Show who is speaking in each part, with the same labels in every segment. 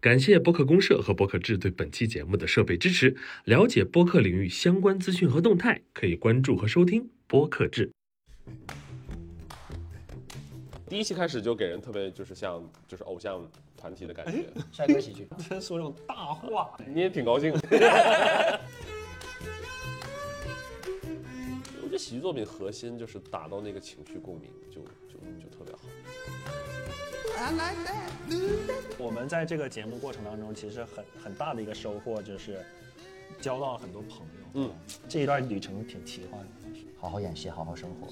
Speaker 1: 感谢播客公社和播客志对本期节目的设备支持。了解播客领域相关资讯和动态，可以关注和收听播客志。
Speaker 2: 第一期开始就给人特别就是像就是偶像团体的感觉，
Speaker 3: 帅哥喜剧，
Speaker 4: 真说这种大话，
Speaker 2: 你也挺高兴。 我觉得喜剧作品核心就是打到那个情绪共鸣，就就就特别好。
Speaker 4: 我们在这个节目过程当中，其实很很大的一个收获就是交到了很多朋友。
Speaker 2: 嗯，
Speaker 4: 这一段旅程挺奇幻的。
Speaker 3: 好好演戏，好好生活。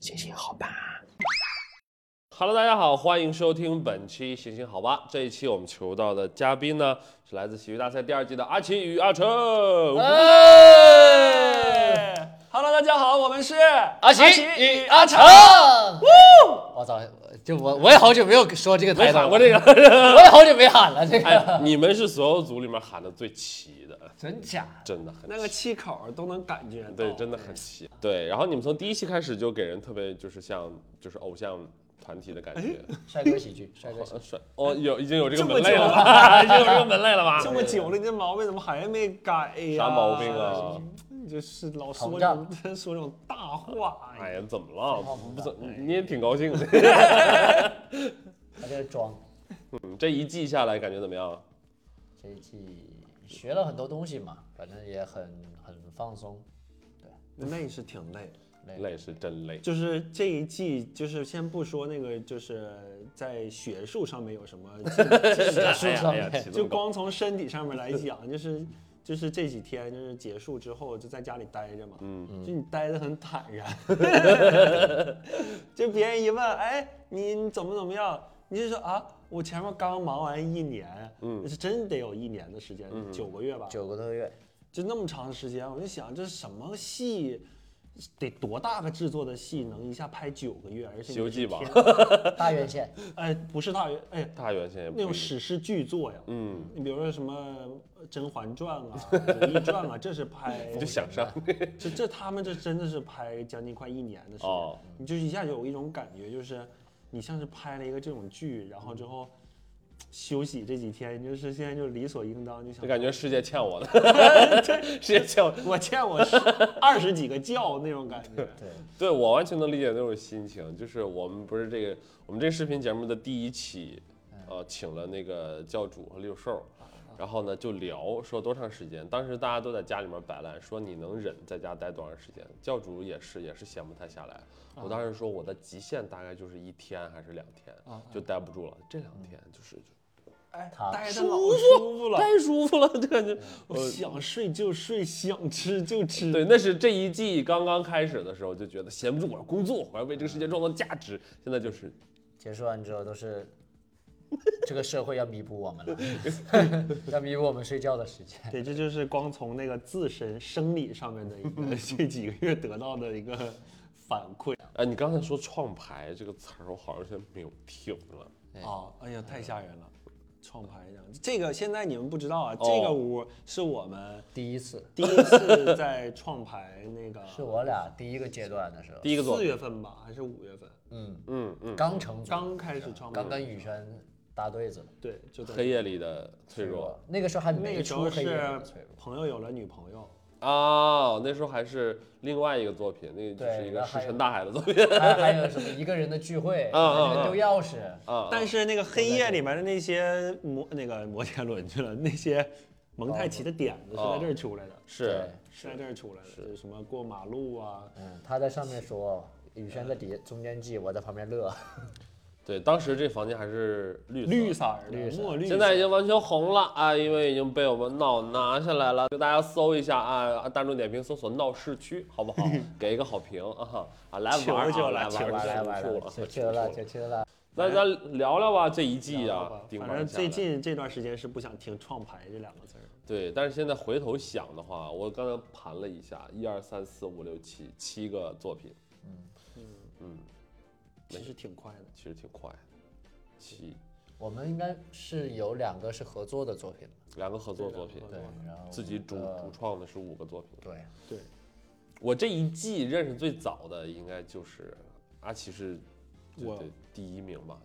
Speaker 3: 行行好吧，
Speaker 2: Hello，大家好，欢迎收听本期《行行好吧》。这一期我们求到的嘉宾呢，是来自喜剧大赛第二季的阿奇与阿成。
Speaker 3: 哎
Speaker 4: Hello，大家好，我们是
Speaker 3: 呃阿奇与阿成。哦我操，就我我也好久没有说这个
Speaker 2: 没
Speaker 3: 台
Speaker 2: 喊
Speaker 3: 了，
Speaker 2: 过这个，
Speaker 3: 我也好久没喊了这个，
Speaker 2: 哎，你们是所有组里面喊的最齐的，
Speaker 3: 真假？
Speaker 2: 真的很
Speaker 4: 那个气口都能感觉到，
Speaker 2: 对，真的很齐。对，然后你们从第一期开始就给人特别就是像就是偶像团体的感觉。
Speaker 3: 帅哥喜 剧，帅哥喜剧
Speaker 2: 呃帅哦，有已经有这个
Speaker 4: 这么
Speaker 2: 门类
Speaker 4: 久
Speaker 2: 了
Speaker 4: 了
Speaker 2: 吧？ 已经有这个门类了吧？
Speaker 4: 这么久了，你这毛病怎么还没改呀？
Speaker 2: 啥毛病？啊？
Speaker 4: 你就是老说
Speaker 3: 膨
Speaker 4: 这
Speaker 3: 胀
Speaker 4: 种真说这种大话。
Speaker 2: 哎呀，怎么了
Speaker 3: 好好？
Speaker 2: 不怎，你也挺高兴的。
Speaker 3: 他这个装，
Speaker 2: 嗯这一季下来感觉怎么样？
Speaker 3: 这一季学了很多东西嘛，反正也很很放松。
Speaker 4: 累是挺累，
Speaker 2: 累是真累，
Speaker 4: 就是这一季，就是先不说那个，就是在学术上面有什么进展
Speaker 3: 哎呀哎呀
Speaker 2: 起这
Speaker 4: 就
Speaker 2: 么高
Speaker 4: 光从身体上面来讲，就是就是这几天就是结束之后就在家里待着嘛，嗯，就你待得很坦然， 就别人一问，哎，你你怎么怎么样，你就说啊，我前面刚忙完一年，嗯，是真得有一年的时间，九个月吧，
Speaker 3: 九个多月，
Speaker 4: 就那么长时间，我就想这什么戏。得多大个制作的戏能一下拍九个月？而且
Speaker 2: 西游
Speaker 4: 你是
Speaker 2: 记吧
Speaker 4: 天，
Speaker 3: 大院线，
Speaker 4: 哎，不是大约，哎，
Speaker 2: 大原先也不
Speaker 4: 那种
Speaker 2: 一定
Speaker 4: 史诗巨作呀，
Speaker 2: 嗯，
Speaker 4: 你比如说什么《甄嬛传》啊， 《如懿传》啊，这是拍，
Speaker 2: 就想上，
Speaker 4: 这这他们这真的是拍将近快一年的时间，
Speaker 2: 哦
Speaker 4: 你就一下有一种感觉，就是你像是拍了一个这种剧，然后之后休息这几天，你就是现在就理所应当就想
Speaker 2: 就，感觉世界欠 我的，世界欠我。
Speaker 4: 我欠我十二十几个觉那种感觉，
Speaker 3: 对，
Speaker 2: 对我完全能理解那种心情，就是我们不是这个，我们这视频节目的第一期，呃，请了那个教主和六兽，然后呢就聊说多长时间，当时大家都在家里面摆烂，说你能忍在家待多长时间？教主也是也是闲不太下来，我当时说我的极限大概就是一天还是两天，就待不住了，这两天就是
Speaker 4: 哎
Speaker 3: 他，
Speaker 4: 待着老舒服了，
Speaker 2: 太舒服了，就感觉
Speaker 4: 我想睡就睡，想吃就吃，
Speaker 2: 对，那是这一季刚刚开始的时候就觉得闲不住，我要工作，我要为这个世界创造价值。现在就是
Speaker 3: 结束完之后都是这个社会要弥补我们了， 要弥补我们睡觉的时间。
Speaker 4: 对，这就是光从那个自身生理上面的一 个这几个月得到的一个反馈
Speaker 2: 哎，你刚才说“创牌”这个词儿，我好像现在没有听了。
Speaker 4: 啊！哎呀，太吓人了，创牌这样。这个现在你们不知道啊，这
Speaker 2: 哦
Speaker 4: 个屋是我们
Speaker 3: 第一次
Speaker 4: 第一次在创牌那个
Speaker 3: 是我俩第一个阶段的时候，
Speaker 2: 第一个作
Speaker 4: 四
Speaker 2: 品，
Speaker 4: 月份吧，还是五月份？
Speaker 3: 嗯，
Speaker 2: 嗯嗯，
Speaker 3: 刚成组
Speaker 4: 刚开始创牌，
Speaker 3: 啊刚跟宇轩搭对子，
Speaker 4: 对，就在
Speaker 2: 黑夜里的脆弱
Speaker 3: 那个时候还
Speaker 4: 那
Speaker 3: 没
Speaker 4: 个时
Speaker 3: 出
Speaker 4: 候
Speaker 3: 黑夜
Speaker 4: 是
Speaker 3: 的脆弱，
Speaker 4: 朋友有了女朋友，
Speaker 2: 啊，那时候还是另外一个作品，那个就是一
Speaker 3: 对
Speaker 2: 个
Speaker 3: 那
Speaker 2: 石
Speaker 3: 还有
Speaker 2: 沉大海的作品
Speaker 3: 还 还有什么一个人的聚会，
Speaker 2: 啊啊啊
Speaker 3: 那个丢钥匙，
Speaker 2: 啊。
Speaker 4: 但是那个黑夜里面的那些摩那个摩天轮去了，那些蒙太奇的点子是在这儿出来的。
Speaker 2: 哦是
Speaker 4: 是在这儿出来的，就是什么过马路啊，
Speaker 3: 嗯，他在上面说，宇轩在底下中间记，我在旁边 乐，
Speaker 2: 对，当时这房间还是绿色
Speaker 4: 绿色儿的
Speaker 3: 绿色
Speaker 4: 墨绿色。
Speaker 2: 现在已经完全红了啊，因为已经被我们闹拿下来了，就大家搜一下啊，大众点评搜索“闹市区”好不好？给一个好评啊啊，来玩儿
Speaker 4: 求求
Speaker 2: 啊，
Speaker 4: 了
Speaker 2: 来
Speaker 4: 求
Speaker 2: 玩
Speaker 4: 求
Speaker 3: 完
Speaker 4: 了
Speaker 3: 了
Speaker 2: 儿，
Speaker 3: 完
Speaker 2: 结束了，
Speaker 3: 了，就去
Speaker 2: 结束
Speaker 3: 了就去了，
Speaker 2: 那咱聊聊吧，这一季
Speaker 4: 好
Speaker 2: 啊
Speaker 4: 吧，
Speaker 2: 顶
Speaker 4: 反
Speaker 2: 榜
Speaker 4: 正
Speaker 2: 下来
Speaker 4: 最近这段时间是不想听“创牌”这两个字儿。
Speaker 2: 对，但是现在回头想的话，我刚才盘了一下，一二三四五六七七个作品，嗯
Speaker 4: 其实挺快的，
Speaker 2: 其实挺快的，七
Speaker 3: 我们应该是有两个是合作的作品，
Speaker 2: 两个合作作品，呃
Speaker 3: 对，然后
Speaker 2: 自己主主创的是五个作品，
Speaker 3: 对，
Speaker 4: 对，
Speaker 2: 我这一季认识最早的应该就是阿奇是，对
Speaker 4: 我
Speaker 2: 对第一名吧，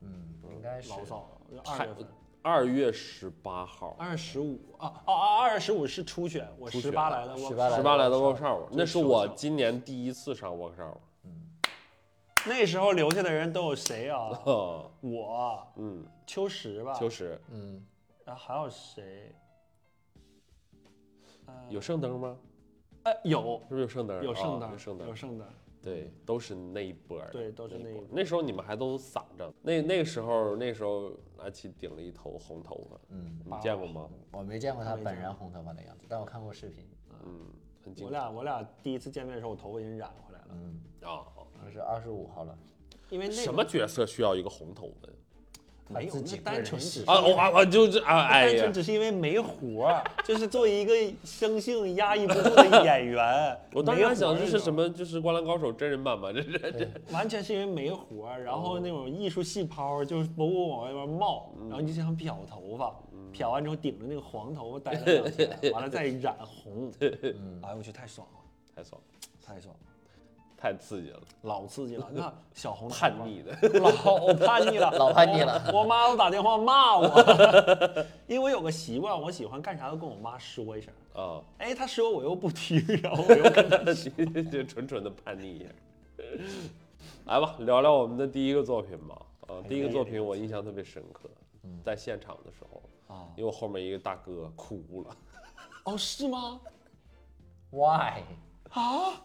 Speaker 3: 嗯，应该是
Speaker 4: 老早了，二月份，
Speaker 2: 二月十八号，
Speaker 4: 二十五啊哦哦，二十五是初选，我
Speaker 2: 初选啊
Speaker 4: 十八来的，我
Speaker 3: 18来
Speaker 2: 十八来的
Speaker 3: workshop
Speaker 2: workshop，
Speaker 4: 就
Speaker 2: 那是
Speaker 4: 小
Speaker 2: 我
Speaker 4: 小
Speaker 2: 今年第一次上 workshop，
Speaker 4: 那时候留下的人都有 谁啊？
Speaker 2: 嗯
Speaker 4: 我
Speaker 2: 嗯，
Speaker 4: 秋实吧，
Speaker 2: 秋实
Speaker 3: 嗯，
Speaker 4: 然后还有谁？
Speaker 2: 有圣灯吗？
Speaker 4: 哎，有
Speaker 2: 是不是有圣灯？
Speaker 4: 有圣
Speaker 2: 啊
Speaker 4: 灯，
Speaker 2: 有圣灯
Speaker 4: 有，圣灯，
Speaker 2: 对，都是那一波儿，
Speaker 4: 对都是
Speaker 2: 那
Speaker 4: 那一
Speaker 2: 波儿
Speaker 4: 波。
Speaker 2: 那时候你们还都散着，那那个时候那时候阿奇顶了一头红头发，
Speaker 3: 嗯，
Speaker 2: 你见过吗？
Speaker 3: 我没见过他
Speaker 4: 我没见
Speaker 3: 本人红头发的样子，但我看过视频。
Speaker 2: 嗯，很
Speaker 4: 我
Speaker 2: 精彩
Speaker 4: 俩我俩第一次见面的时候，我头发已经染回来了，
Speaker 3: 嗯，
Speaker 2: 啊。
Speaker 3: 那是二十五号了，
Speaker 4: 因为那个
Speaker 2: 什么角色需要一个红头纹
Speaker 3: 他
Speaker 4: 没有，
Speaker 3: 自
Speaker 4: 那
Speaker 3: 己个
Speaker 4: 单
Speaker 3: 人
Speaker 4: 纯
Speaker 3: 喜
Speaker 4: 只
Speaker 2: 啊？我啊我就是啊哎
Speaker 4: 单
Speaker 2: 呀
Speaker 4: 纯，只是因为没活儿， 就是作为一个生性压抑不住的演员
Speaker 2: ，我当时还
Speaker 4: 没活
Speaker 2: 想
Speaker 4: 儿
Speaker 2: 这是什
Speaker 4: 你知道吗，
Speaker 2: 么，就是《灌篮高手》真人版吧？这是这
Speaker 4: 完全是因为没活儿，然
Speaker 2: 哦
Speaker 4: 后那种艺术细胞就是不不往外边冒，
Speaker 2: 嗯
Speaker 4: 然后你就想漂头发，漂完之后顶着那个黄头发待了 两天，完了再染红，哎呦我去太爽了，
Speaker 2: 太爽了，
Speaker 4: 太爽了，
Speaker 2: 太刺激了，
Speaker 4: 老 刺激了，那小红头发
Speaker 2: 叛逆的。
Speaker 4: 老叛逆了，
Speaker 3: 老叛逆了
Speaker 4: 我。我妈都打电话骂我， 因为我有个习惯，我喜欢干啥都跟我妈说一声。
Speaker 2: 啊，
Speaker 4: 哎，她说我又不听，然后我又跟 她
Speaker 2: 就纯纯的叛逆一下。来吧，聊聊我们的第一个作品吧。啊，第一个作品我印象特别深刻，在现场的时候，
Speaker 4: 嗯啊，
Speaker 2: 因为我后面一个大哥哭了。
Speaker 4: 哦，是吗？
Speaker 3: Why？
Speaker 4: 啊，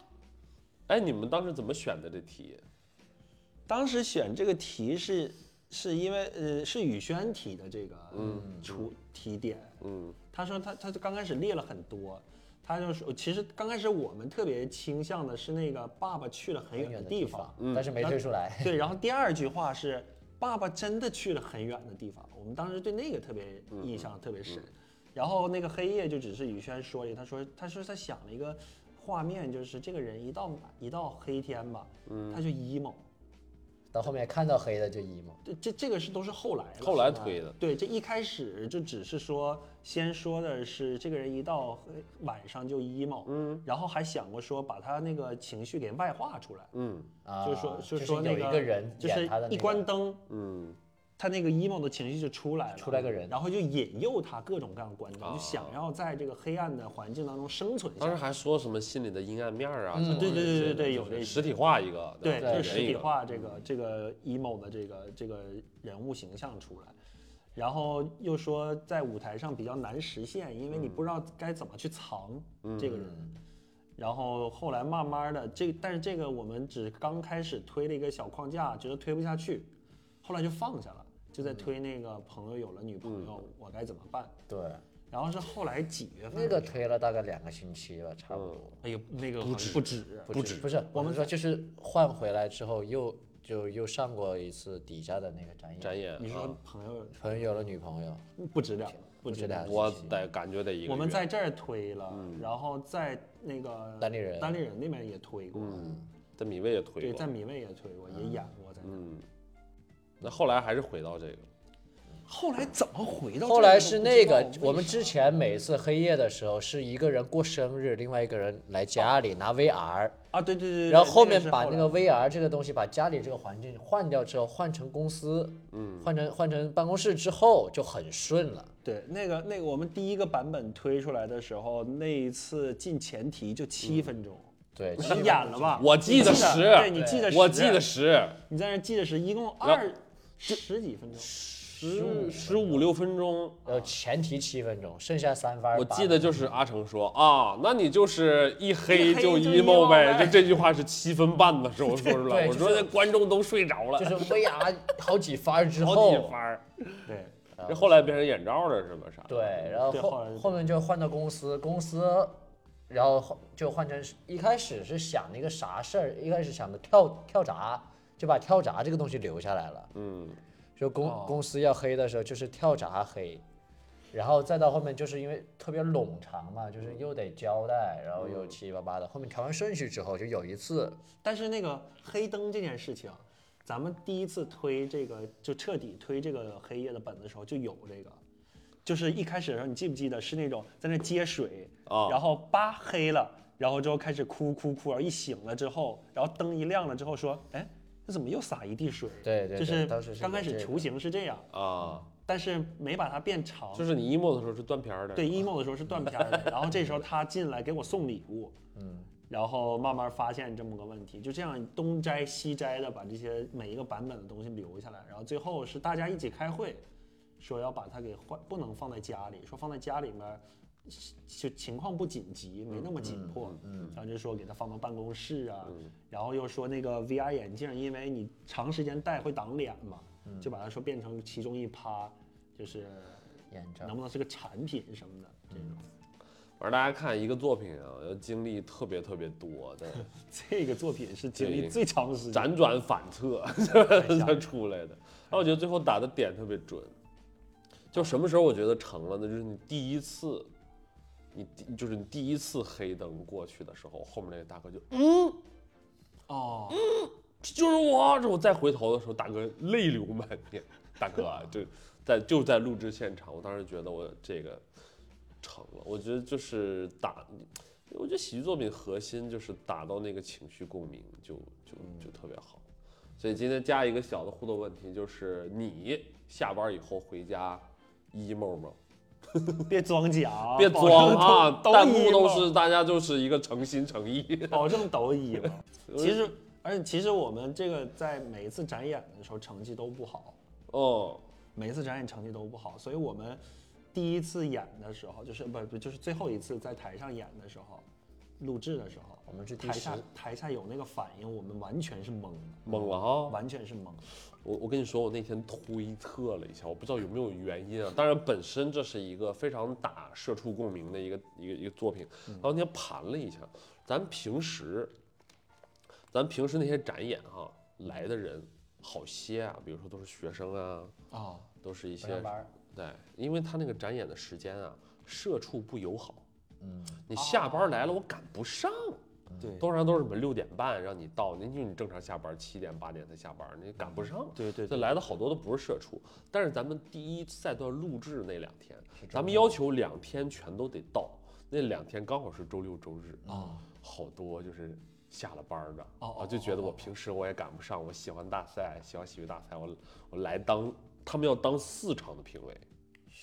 Speaker 2: 哎，你们当时怎么选的这题？
Speaker 4: 当时选这个题是是因为呃是宇轩提的这个出题点，
Speaker 2: 嗯
Speaker 4: 他说他他就刚开始列了很多。他就说，其实刚开始我们特别倾向的是那个爸爸去了很
Speaker 3: 很
Speaker 4: 远
Speaker 3: 远
Speaker 4: 的
Speaker 3: 的
Speaker 4: 地
Speaker 3: 地
Speaker 4: 方
Speaker 3: 方，，嗯但是没推出来。
Speaker 4: 对，然后第二句话是爸爸真的去了很远的地方，我们当时对那个特别印象特别深。然后那个黑夜就只是宇轩说一，他说他说他想了一个画面，就是这个人一到一到黑天吧，他就 emo。
Speaker 3: 到后面看到黑的就 emo。
Speaker 4: 这这这个是都是后来了
Speaker 2: 后来推的
Speaker 4: 对，这一开始就只是说，先说的是这个人一到黑晚上就 emo，嗯，然后还想过说把他那个情绪给外化出来，
Speaker 2: 嗯
Speaker 3: 啊，
Speaker 4: 就是说
Speaker 3: 就是
Speaker 4: 说那
Speaker 3: 有一个人
Speaker 4: 就是
Speaker 3: 演他的
Speaker 4: 一
Speaker 3: 那
Speaker 4: 关
Speaker 3: 个
Speaker 4: 灯，
Speaker 2: 嗯，
Speaker 4: 他那个 emo 的情绪就出来了，
Speaker 3: 出来个人
Speaker 4: 然后就引诱他各种各样的观众，
Speaker 2: 啊
Speaker 4: 就想要在这个黑暗的环境当中生存下
Speaker 2: 当时
Speaker 4: 来。
Speaker 2: 还说什么心里的阴暗面儿啊？什么
Speaker 4: 嗯对对
Speaker 2: 这些
Speaker 4: 对对
Speaker 2: 的
Speaker 4: 对有
Speaker 2: 就是
Speaker 4: 这
Speaker 2: 实体化一个，吧
Speaker 4: 对，就是
Speaker 2: 人
Speaker 4: 实
Speaker 2: 一
Speaker 4: 体
Speaker 2: 个
Speaker 4: 化这个这个 emo 的这个这个人物形象出来，然后又说在舞台上比较难实现，因为你不知道该怎么去藏这个人。然后后来慢慢的，这但是这个我们只刚开始推了一个小框架，觉得推不下去，后来就放下了，就在推那个朋友有了女朋友，我该怎么办？
Speaker 3: 对，
Speaker 4: 然后是后来几月份？
Speaker 3: 那个推了大概两个星期吧，差不
Speaker 2: 嗯
Speaker 3: 多。
Speaker 4: 哎呦，那个不止不止，
Speaker 3: 不止，不是，我们说就是换回来之后又就又上过一次底下的那个展演，
Speaker 2: 展演
Speaker 4: 你
Speaker 2: 啊
Speaker 4: 说，朋友
Speaker 3: 朋友有了女朋友，
Speaker 4: 不止两个，
Speaker 3: 不
Speaker 4: 止
Speaker 3: 止
Speaker 4: 两
Speaker 3: 两
Speaker 4: 个。
Speaker 3: 个
Speaker 2: 我得感觉得一个
Speaker 4: 我们
Speaker 2: 月
Speaker 4: 在这儿推了，然后在那个
Speaker 3: 单立人嗯
Speaker 4: 单立人那边也推过，
Speaker 2: 嗯在米未也推
Speaker 4: 对，
Speaker 2: 过
Speaker 4: 在米未也推过，也演过在那。
Speaker 2: 嗯，那后来还是回到这个，
Speaker 4: 后来怎么回到这儿都不知道？
Speaker 3: 后来是那个
Speaker 4: 为啥
Speaker 3: 我们之前每次黑夜的时候是一个人过生日，另外一个人来家里拿 VR，
Speaker 4: 啊，对对对，对
Speaker 3: 然后后
Speaker 4: 那
Speaker 3: 面
Speaker 4: 是
Speaker 3: 把
Speaker 4: 后
Speaker 3: 那
Speaker 4: 来
Speaker 3: 个 VR 这个东西把家里这个环境换掉之后，换成公司，嗯，换成换成办公室之后就很顺了。
Speaker 4: 对那个那个我们第一个版本推出来的时候，那一次进前提就七分钟，
Speaker 3: 对，
Speaker 4: 你演了吧？
Speaker 2: 我记得
Speaker 4: 你
Speaker 2: 十
Speaker 4: 对你记得十，
Speaker 2: 我记得十
Speaker 4: 你在那记得十，一共
Speaker 2: 然后
Speaker 4: 二十几分钟。
Speaker 2: 十十五六分钟，
Speaker 3: 呃，前提七分钟，剩下三番儿
Speaker 2: 我
Speaker 3: 八
Speaker 2: 记得
Speaker 3: 分
Speaker 2: 就是阿成说啊，那你就是一黑
Speaker 4: 一黑就
Speaker 2: 就
Speaker 4: emo
Speaker 2: emo 呗，
Speaker 4: 呗
Speaker 2: 这这句话是七分半的时候说出 来，
Speaker 3: 对
Speaker 2: 我
Speaker 3: 就是
Speaker 2: 说那观众都睡着了，
Speaker 3: 就是 VR 好几番儿之
Speaker 2: 好几
Speaker 3: 后
Speaker 2: 番，儿，
Speaker 4: 对，
Speaker 2: 这后来变成眼罩了是吧？啥？
Speaker 3: 对，然后
Speaker 4: 对后
Speaker 3: 后
Speaker 4: 来就
Speaker 3: 后面就换到公司，公司，然后后就换成是一开始是想了一个啥事儿，一开始想的跳跳闸，就把跳闸这个东西留下来了。
Speaker 2: 嗯，
Speaker 3: 就公、
Speaker 4: 哦
Speaker 3: 公司要黑的时候，就是跳闸黑，然后再到后面就是因为特别冗长嘛，就是又得交代，然后
Speaker 2: 嗯
Speaker 3: 又七七八八的。后面调完顺序之后，就有一次
Speaker 4: 但是那个黑灯这件事情，咱们第一次推这个就彻底推这个黑夜的本的时候就有这个，
Speaker 3: 哦
Speaker 4: 就是一开始的时候你记不记得是那种在那接水，
Speaker 2: 啊
Speaker 4: 然后叭黑了，然后之后开始哭哭哭，然后一醒了之后，然后灯一亮了之后说，哎，这怎么又洒一地水？
Speaker 3: 对对
Speaker 4: 就
Speaker 3: 对
Speaker 4: 是
Speaker 3: 当时是
Speaker 4: 刚
Speaker 3: 有
Speaker 4: 开始
Speaker 3: 这
Speaker 4: 雏
Speaker 3: 个
Speaker 4: 形是这样，
Speaker 2: 啊，
Speaker 4: 但是没把它变长。
Speaker 2: 就是你 emo 的时候是断片儿的，
Speaker 4: 对 emo 的时候是断片儿的，然后这时候他进来给我送礼物，
Speaker 3: 嗯，
Speaker 4: 然后慢慢发现这么个问题，就这样东摘西摘的把这些每一个版本的东西留下来，然后最后是大家一起开会，说要把它给换，不能放在家里，说放在家里面儿就情况不紧急，没那么紧迫，
Speaker 3: 嗯嗯
Speaker 4: 然后就说给它放到办公室啊，
Speaker 2: 嗯
Speaker 4: 然后又说那个 VR 眼镜，因为你长时间戴会挡脸嘛，
Speaker 3: 嗯
Speaker 4: 就把它说变成其中一趴，就是
Speaker 3: 眼罩
Speaker 4: 能不能是个产品什么的这种。
Speaker 2: 嗯反正大家看一个作品啊，要经历特别特别多的
Speaker 4: 这个作品是经
Speaker 2: 对
Speaker 4: 历最长时间
Speaker 2: 辗转反侧
Speaker 4: 吓
Speaker 2: 才
Speaker 4: 人
Speaker 2: 出来的。然后我觉得最后打的点特别准，就什么时候我觉得成了呢？就是你第一次，你第就是你第一次黑灯过去的时候，后面那个大哥就嗯，
Speaker 4: 哦，
Speaker 2: 这就是我。这我再回头的时候，大哥泪流满面。大哥啊，就在就在录制现场，我当时觉得我这个成了。我觉得就是打，我觉得喜剧作品核心就是打到那个情绪共鸣，就就就特别好。所以今天加一个小的互动问题，就是你下班以后回家 emo 吗？
Speaker 4: 别装假，
Speaker 2: 别
Speaker 4: 保证
Speaker 2: 装啊，
Speaker 4: 都
Speaker 2: 弹幕都
Speaker 4: 一模
Speaker 2: 是大家就是一个诚心诚意。
Speaker 4: 保证都一模。 其实，而且其实我们这个在每一次展演的时候成绩都不好，
Speaker 2: 哦，
Speaker 4: 每一次展演成绩都不好，所以我们第一次演的时候，就是不不就是最后一次在台上演的时候，录制的时候，
Speaker 3: 我们是第
Speaker 4: 台
Speaker 3: 十
Speaker 4: 下台下有那个反应，我们完全是懵的，
Speaker 2: 懵了哈、
Speaker 4: 完全是懵的。
Speaker 2: 我我跟你说，我那天推特了一下，我不知道有没有原因啊。当然，本身这是一个非常打社畜共鸣的一个一个一个作品。
Speaker 3: 嗯
Speaker 2: 然后那天盘了一下，咱平时，咱平时那些展演哈、来的人好些啊，比如说都是学生啊，
Speaker 4: 哦，
Speaker 2: 都是一些
Speaker 3: 不上班儿，
Speaker 2: 对，因为他那个展演的时间啊，社畜不友好。
Speaker 3: 嗯，
Speaker 2: 你下班来了，我赶不上。
Speaker 4: 对
Speaker 2: 通常都是什么六点半让你到，那就你正常下班七点八点才下班，你赶不上。
Speaker 4: 对对
Speaker 2: 这
Speaker 4: 对，
Speaker 2: 来的好多都不是社畜，但是咱们第一赛段录制那两天，
Speaker 3: 周
Speaker 2: 咱们要求两天全都得到，那两天刚好是周六周日，
Speaker 4: 哦
Speaker 2: 好多就是下了班儿的，
Speaker 4: 哦
Speaker 2: 啊，就觉得我平时我也赶不上，我喜欢大赛，喜欢喜剧大赛，我我来当，他们要当四场的评委，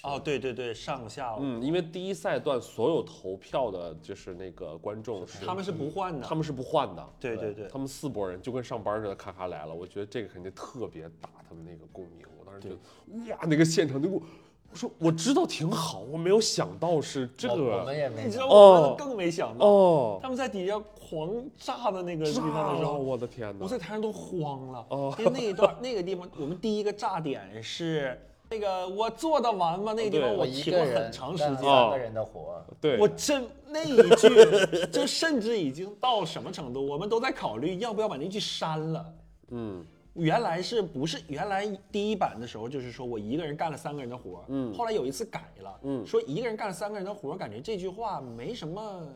Speaker 4: 哦对对对，上下午、
Speaker 2: 嗯，因为第一赛段所有投票的就是那个观众是
Speaker 4: 他们是不换的，
Speaker 2: 他们是不换的，
Speaker 4: 对对对
Speaker 2: 他们四拨人就跟上班似的，咔咔来了。我觉得这个肯定特别打他们那个共鸣。我当时觉得，哇，那个现场就给我，我说我知道挺好，我没有想到是这
Speaker 3: 哦我我们
Speaker 2: 个
Speaker 3: 也没
Speaker 4: 你知道
Speaker 3: 有，
Speaker 4: 我更没想到，
Speaker 2: 哦，
Speaker 4: 他们在底下狂炸的那个地
Speaker 2: 炸
Speaker 4: 方的时
Speaker 2: 了！
Speaker 4: 候，
Speaker 2: 我的天哪
Speaker 4: 我！在台上都慌了，
Speaker 2: 哦
Speaker 4: 因为那一段 那个地方，我们第一个炸点是那个我做得完吗？那个地方
Speaker 2: 哦对
Speaker 4: 我
Speaker 3: 一
Speaker 4: 提
Speaker 3: 个
Speaker 4: 过
Speaker 3: 人
Speaker 4: 很长时
Speaker 3: 干了
Speaker 4: 间。
Speaker 2: 哦
Speaker 3: 三个人的活儿，
Speaker 2: 对，
Speaker 4: 我真 那一句，就甚至已经到什么程度，我们都在考虑要不要把那句删了。
Speaker 2: 嗯
Speaker 4: 原来是不是原来第一版的时候，就是说我一个人干了三个人的活儿，
Speaker 2: 嗯
Speaker 4: 后来有一次改了，
Speaker 2: 嗯
Speaker 4: 说一个人干了三个人的活儿，感觉这句话没什么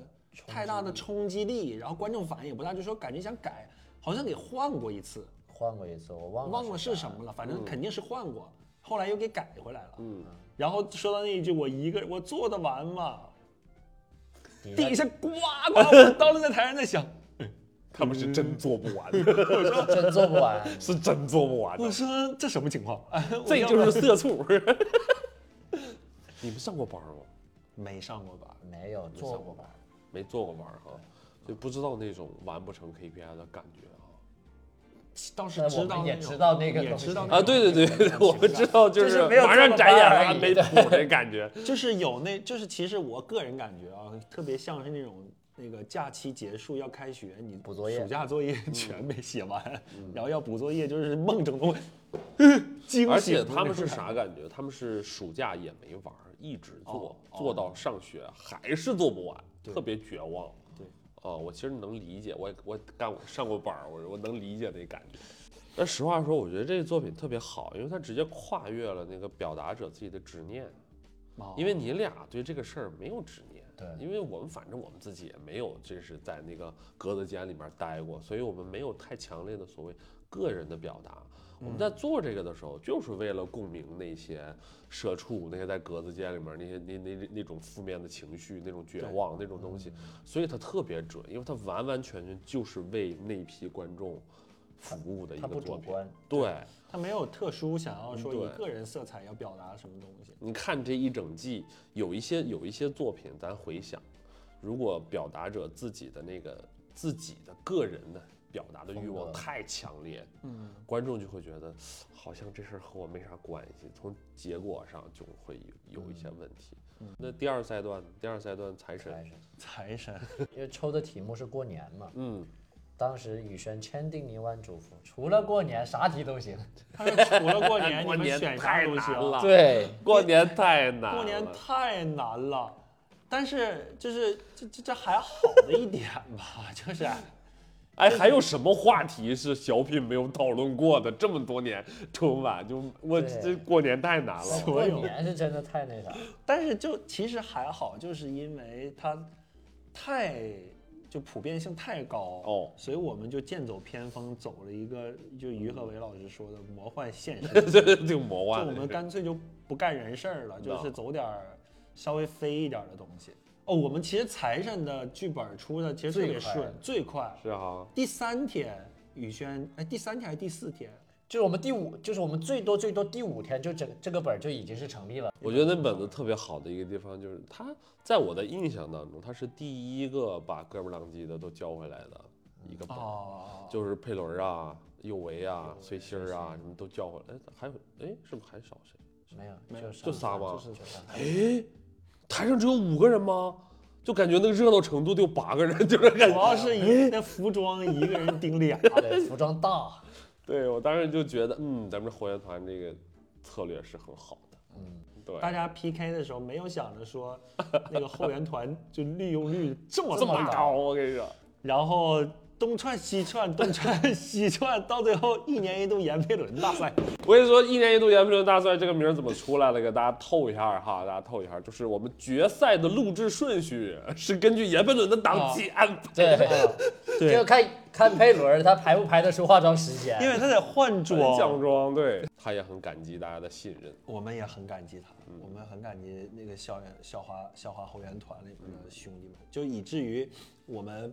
Speaker 4: 太大的冲击力，然后观众反应也不大，就说感觉想改，好像给换过一次，
Speaker 3: 换过一次，我
Speaker 2: 嗯
Speaker 3: 忘了
Speaker 4: 忘了是
Speaker 3: 啥
Speaker 4: 什么了，反正肯定是换过，后来又给改回来了，
Speaker 2: 嗯，
Speaker 4: 然后说到那一句我一个人我做得完吗？底下呱呱，我当时在台上在想，
Speaker 2: 他们是真做不完，
Speaker 4: 嗯
Speaker 3: 真做不完，
Speaker 2: 是真做不完的
Speaker 4: 我说这什么情况？ 哎我
Speaker 2: 这
Speaker 4: 要不
Speaker 2: 就是社 畜。你们上过班吗？
Speaker 4: 没上过吧？
Speaker 3: 没有做过吧？
Speaker 2: 没做过班哈，就不知道那种完不成 KPI 的感觉啊。
Speaker 4: 倒是
Speaker 3: 但
Speaker 4: 知
Speaker 3: 我
Speaker 4: 道
Speaker 3: 们也
Speaker 4: 那种
Speaker 3: 知道那个
Speaker 4: 呃也
Speaker 3: 东西
Speaker 4: 知道那
Speaker 2: 啊，
Speaker 4: 种
Speaker 2: 对对对 对，我们知道就
Speaker 3: 就是
Speaker 2: 是
Speaker 3: 没有
Speaker 2: 马
Speaker 3: 这
Speaker 2: 上
Speaker 3: 么
Speaker 2: 展
Speaker 3: 办
Speaker 2: 演
Speaker 3: 而
Speaker 2: 了
Speaker 3: 已
Speaker 2: 没谱的感觉。
Speaker 4: 就是有那，就是其实我个人感觉啊，特别像是那种那个假期结束要开学，你
Speaker 3: 补作业
Speaker 4: 暑假作业全没写完，然后要补作业，就是梦中的 惊
Speaker 2: 而
Speaker 4: 醒
Speaker 2: 且
Speaker 4: 的那
Speaker 2: 他们
Speaker 4: 种
Speaker 2: 是
Speaker 4: 感觉？
Speaker 2: 啥感觉？他们是暑假也没玩儿，一直做，做到上学还是做不完，特别绝望。
Speaker 4: 对，
Speaker 2: 哦，我其实能理解，我也我干过上过班儿，我我能理解那感觉。但实话说，我觉得这个作品特别好，因为它直接跨越了那个表达者自己的执念，
Speaker 4: 哦
Speaker 2: 因为你俩对这个事儿没有执念，
Speaker 3: 对
Speaker 2: 因为我们反正我们自己也没有真是在那个格子间里面待过，所以我们没有太强烈的所谓个人的表达。我们在
Speaker 3: 嗯
Speaker 2: 做这个的时候，就是为了共鸣那些社畜，那些在格子间里面那些那那那那种负面的情绪、那种绝望那种东西，
Speaker 3: 嗯
Speaker 2: 所以它特别准，因为它完完全全就是为那批观众服务的一
Speaker 3: 他
Speaker 2: 个
Speaker 3: 不
Speaker 2: 作
Speaker 3: 主
Speaker 2: 品。
Speaker 3: 观，
Speaker 2: 对，
Speaker 4: 他没有特殊想要说
Speaker 2: 对
Speaker 4: 以个人色彩要表达什么东西。
Speaker 2: 你看这一整季，有一些有一些作品，咱回想，如果表达者自己的那个自己的个人的表达的欲望
Speaker 3: 风格
Speaker 2: 太强烈，
Speaker 4: 嗯，
Speaker 2: 观众就会觉得好像这事儿和我没啥关系，从结果上就会有有一些问题。那第二赛段，第二赛段财神，
Speaker 3: 还是
Speaker 4: 嗯财神，
Speaker 3: 因为抽的题目是过年嘛，
Speaker 2: 嗯，
Speaker 3: 当时宇轩千叮咛万嘱咐，除了过年啥题都行。
Speaker 4: 他说除了过年，
Speaker 2: 过
Speaker 4: 你们
Speaker 2: 年
Speaker 4: 选啥
Speaker 2: 太
Speaker 4: 都行
Speaker 2: 难。了，，
Speaker 3: 对，
Speaker 2: 过年太难了，
Speaker 4: 过年太难了，但是就是这这这还好的一点吧，就是
Speaker 2: 哎，还有什么话题是小品没有讨论过的？这么多年春晚就我
Speaker 3: 对
Speaker 2: 这过年太难了。
Speaker 4: 所
Speaker 3: 过
Speaker 4: 有
Speaker 3: 年是真的太那啥了，
Speaker 4: 但是就其实还好，就是因为它太就普遍性太高
Speaker 2: 哦，
Speaker 4: 所以我们就剑走偏锋，走了一个就于和伟老师说的魔幻现实
Speaker 2: 这挺魔
Speaker 4: 就
Speaker 2: 幻的。
Speaker 4: 我们干脆就不干人事儿了，就是走点儿稍微飞一点儿的东西。哦，我们其实财神的剧本出的其实特别
Speaker 3: 最快
Speaker 4: 顺，最快。
Speaker 2: 是啊，
Speaker 4: 第三天，宇轩，哎，第三天还是第四天？
Speaker 3: 就是我们第五，就是我们最多最多第五天就整这个本儿就已经是成立了。
Speaker 2: 我觉得那本子特别好的一个地方就是，它在我的印象当中，它是第一个把哥们儿浪迹的都教回来的一个本儿，
Speaker 4: 哦，
Speaker 2: 就是佩伦啊、佑维啊、碎星儿啊，什么都教回来。哎，还有哎，是不是还少谁？
Speaker 3: 没有，
Speaker 4: 有
Speaker 3: 就
Speaker 2: 就
Speaker 3: 上
Speaker 2: 仨吧。
Speaker 3: 就 上海
Speaker 2: 哎，台上只有五个人吗？就感觉那个热闹程度得有八个人， 就是感
Speaker 4: 主
Speaker 2: 觉
Speaker 4: 要是一那服装一个人顶俩。
Speaker 3: 对，服装 大，
Speaker 2: 对我当时就觉得，嗯，咱们这火焰团这个策略是很好的。
Speaker 3: 嗯，
Speaker 2: 对，
Speaker 4: 大家 PK 的时候没有想着 说那个后援团就利用率这么
Speaker 2: 这么
Speaker 4: 大，
Speaker 2: 高，我跟你说，
Speaker 4: 然后东窜西窜，东窜西窜，到最后一年一度延佩伦大 赛，
Speaker 2: 我跟你说，一年一度研评论大赛这个名儿怎么出来的？给大家透一下哈，大家透一下，就是我们决赛的录制顺序是根据研评论的档期安排。
Speaker 3: 对，
Speaker 4: 啊对
Speaker 3: 就看看佩伦儿他排不排得出化妆时间，
Speaker 4: 因为他得换
Speaker 2: 降
Speaker 4: 装。
Speaker 2: 妆，对，他也很感激大家的信任。
Speaker 4: 我们也很感激他，我们很感激那个校园校花校花后援团里面的兄弟们，就以至于我们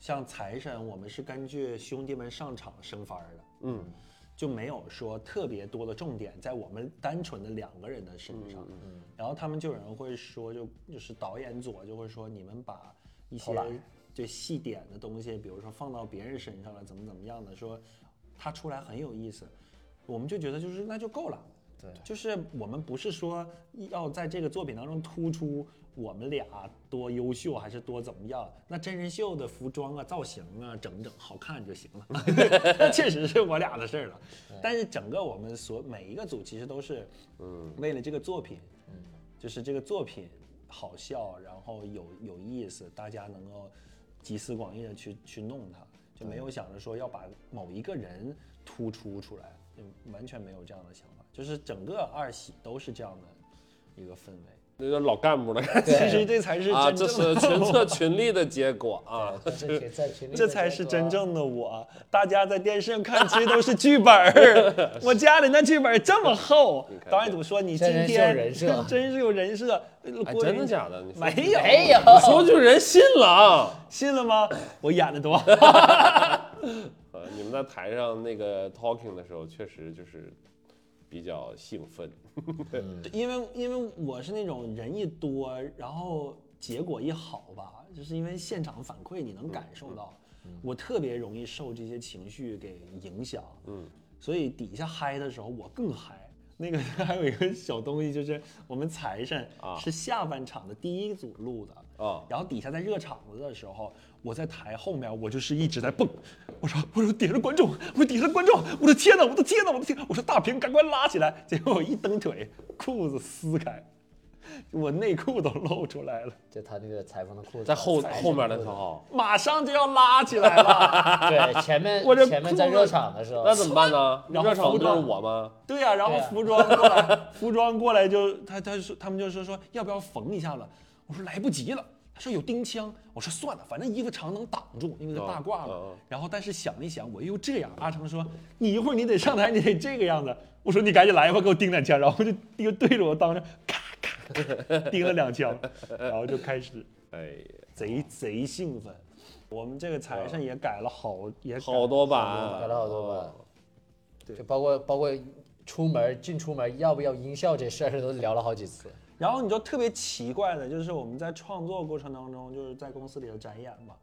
Speaker 4: 像财神，我们是根据兄弟们上场升番儿的。
Speaker 2: 嗯，
Speaker 4: 就没有说特别多的重点在我们单纯的两个人的身
Speaker 3: 嗯
Speaker 4: 上。然后他们就有人会说，就就是导演组就会说，你们把一些
Speaker 3: 偷懒
Speaker 4: 对细点的东西，比如说放到别人身上了，怎么怎么样的，说他出来很有意思，我们就觉得就是那就够了。
Speaker 3: 对
Speaker 4: 就是我们不是说要在这个作品当中突出我们俩多优秀还是多怎么样，那真人秀的服装啊、造型啊，整整好看就行了，那确实是我俩的事儿了。但是整个我们所每一个组其实都是，嗯，为了这个作品，嗯，就是这个作品好笑，然后有有意思，大家能够集思广益的去去弄它，就没有想着说要把某一个人突出出来，就完全没有这样的想法。就是整个二喜都是这样的一个氛围。
Speaker 2: 那个老干部的感觉
Speaker 3: 对
Speaker 4: 其实这才是
Speaker 2: 啊，
Speaker 4: 真
Speaker 2: 这
Speaker 4: 正
Speaker 2: 是群
Speaker 4: 的，
Speaker 2: 策群力的结果啊。
Speaker 3: 对这是在群里
Speaker 4: 这
Speaker 3: 面
Speaker 4: 才
Speaker 3: 在啊
Speaker 4: 是
Speaker 3: 说
Speaker 4: 真正的我。大家在电视上看，其实都是剧本 儿。我家里那剧本儿这么厚
Speaker 2: 看，
Speaker 4: 导演组说你今
Speaker 3: 真人秀
Speaker 4: 天
Speaker 3: 人设
Speaker 4: 真是有人设。
Speaker 2: 哎，
Speaker 4: 郭
Speaker 2: 真的
Speaker 4: 云
Speaker 2: 假的？你说
Speaker 4: 没有
Speaker 3: 没 有，
Speaker 2: 你说就人信了啊！
Speaker 4: 信了吗？ 我演的多。
Speaker 2: 呃，你们在台上那个 talking 的时候，确实就是比较兴奋。
Speaker 4: 因为因为我是那种人一多，然后结果一好吧，就是因为现场反馈你能感受到，我特别容易受这些情绪给影响，
Speaker 2: 嗯，
Speaker 4: 所以底下嗨的时候我更嗨。那个 还有一个小东西，就是我们财神
Speaker 2: 啊
Speaker 4: 是下半场的第一组录的。
Speaker 2: 啊
Speaker 4: 然后底下在热场子的时候，我在台后面，我就是一直在蹦，我说我说顶着观众，我说顶着观众，我的天呐，我的天呐，我的天，我说大屏赶快拉起来，结果我一蹬腿，裤子撕开，我内裤都露出来了，
Speaker 3: 就他那个裁缝的裤子
Speaker 2: 在后
Speaker 3: 裁缝的
Speaker 2: 后面的
Speaker 3: 裤
Speaker 2: 时
Speaker 3: 子，
Speaker 2: 候，
Speaker 4: 马上就要拉起来了。
Speaker 3: 对前 面
Speaker 4: 我这
Speaker 3: 前面在
Speaker 4: 裤子
Speaker 3: 热场的时候
Speaker 2: 那，怎么办呢？
Speaker 4: 然后
Speaker 2: 热场不
Speaker 4: 服
Speaker 2: 就是
Speaker 4: 装
Speaker 2: 我吗？
Speaker 4: 对呀、然后
Speaker 3: 对啊
Speaker 4: 服装过来，服装过来就他他说他们就说说要不要缝一下子，我说来不及了，他说有钉枪，我说算了，反正衣服长能挡住，因为是大褂嘛。
Speaker 2: 嗯嗯
Speaker 4: 然后但是想一想，我又这样。阿成说你一会儿你得上台，你得这个样子。我说你赶紧来吧，给我钉两枪。然后就钉对着我当着，咔咔咔钉了两枪，然后就开始
Speaker 2: 哎呀，
Speaker 4: 贼贼兴奋。我们这个台上也改了好也改
Speaker 2: 好多
Speaker 4: 好
Speaker 2: 版，
Speaker 3: 改了好多版
Speaker 2: 哦，
Speaker 4: 对
Speaker 3: 就包括包括出门进出门要不要音效这事儿都聊了好几次。
Speaker 4: 然后你就特别奇怪的，就是我们在创作过程当中，就是在公司里头展演嘛，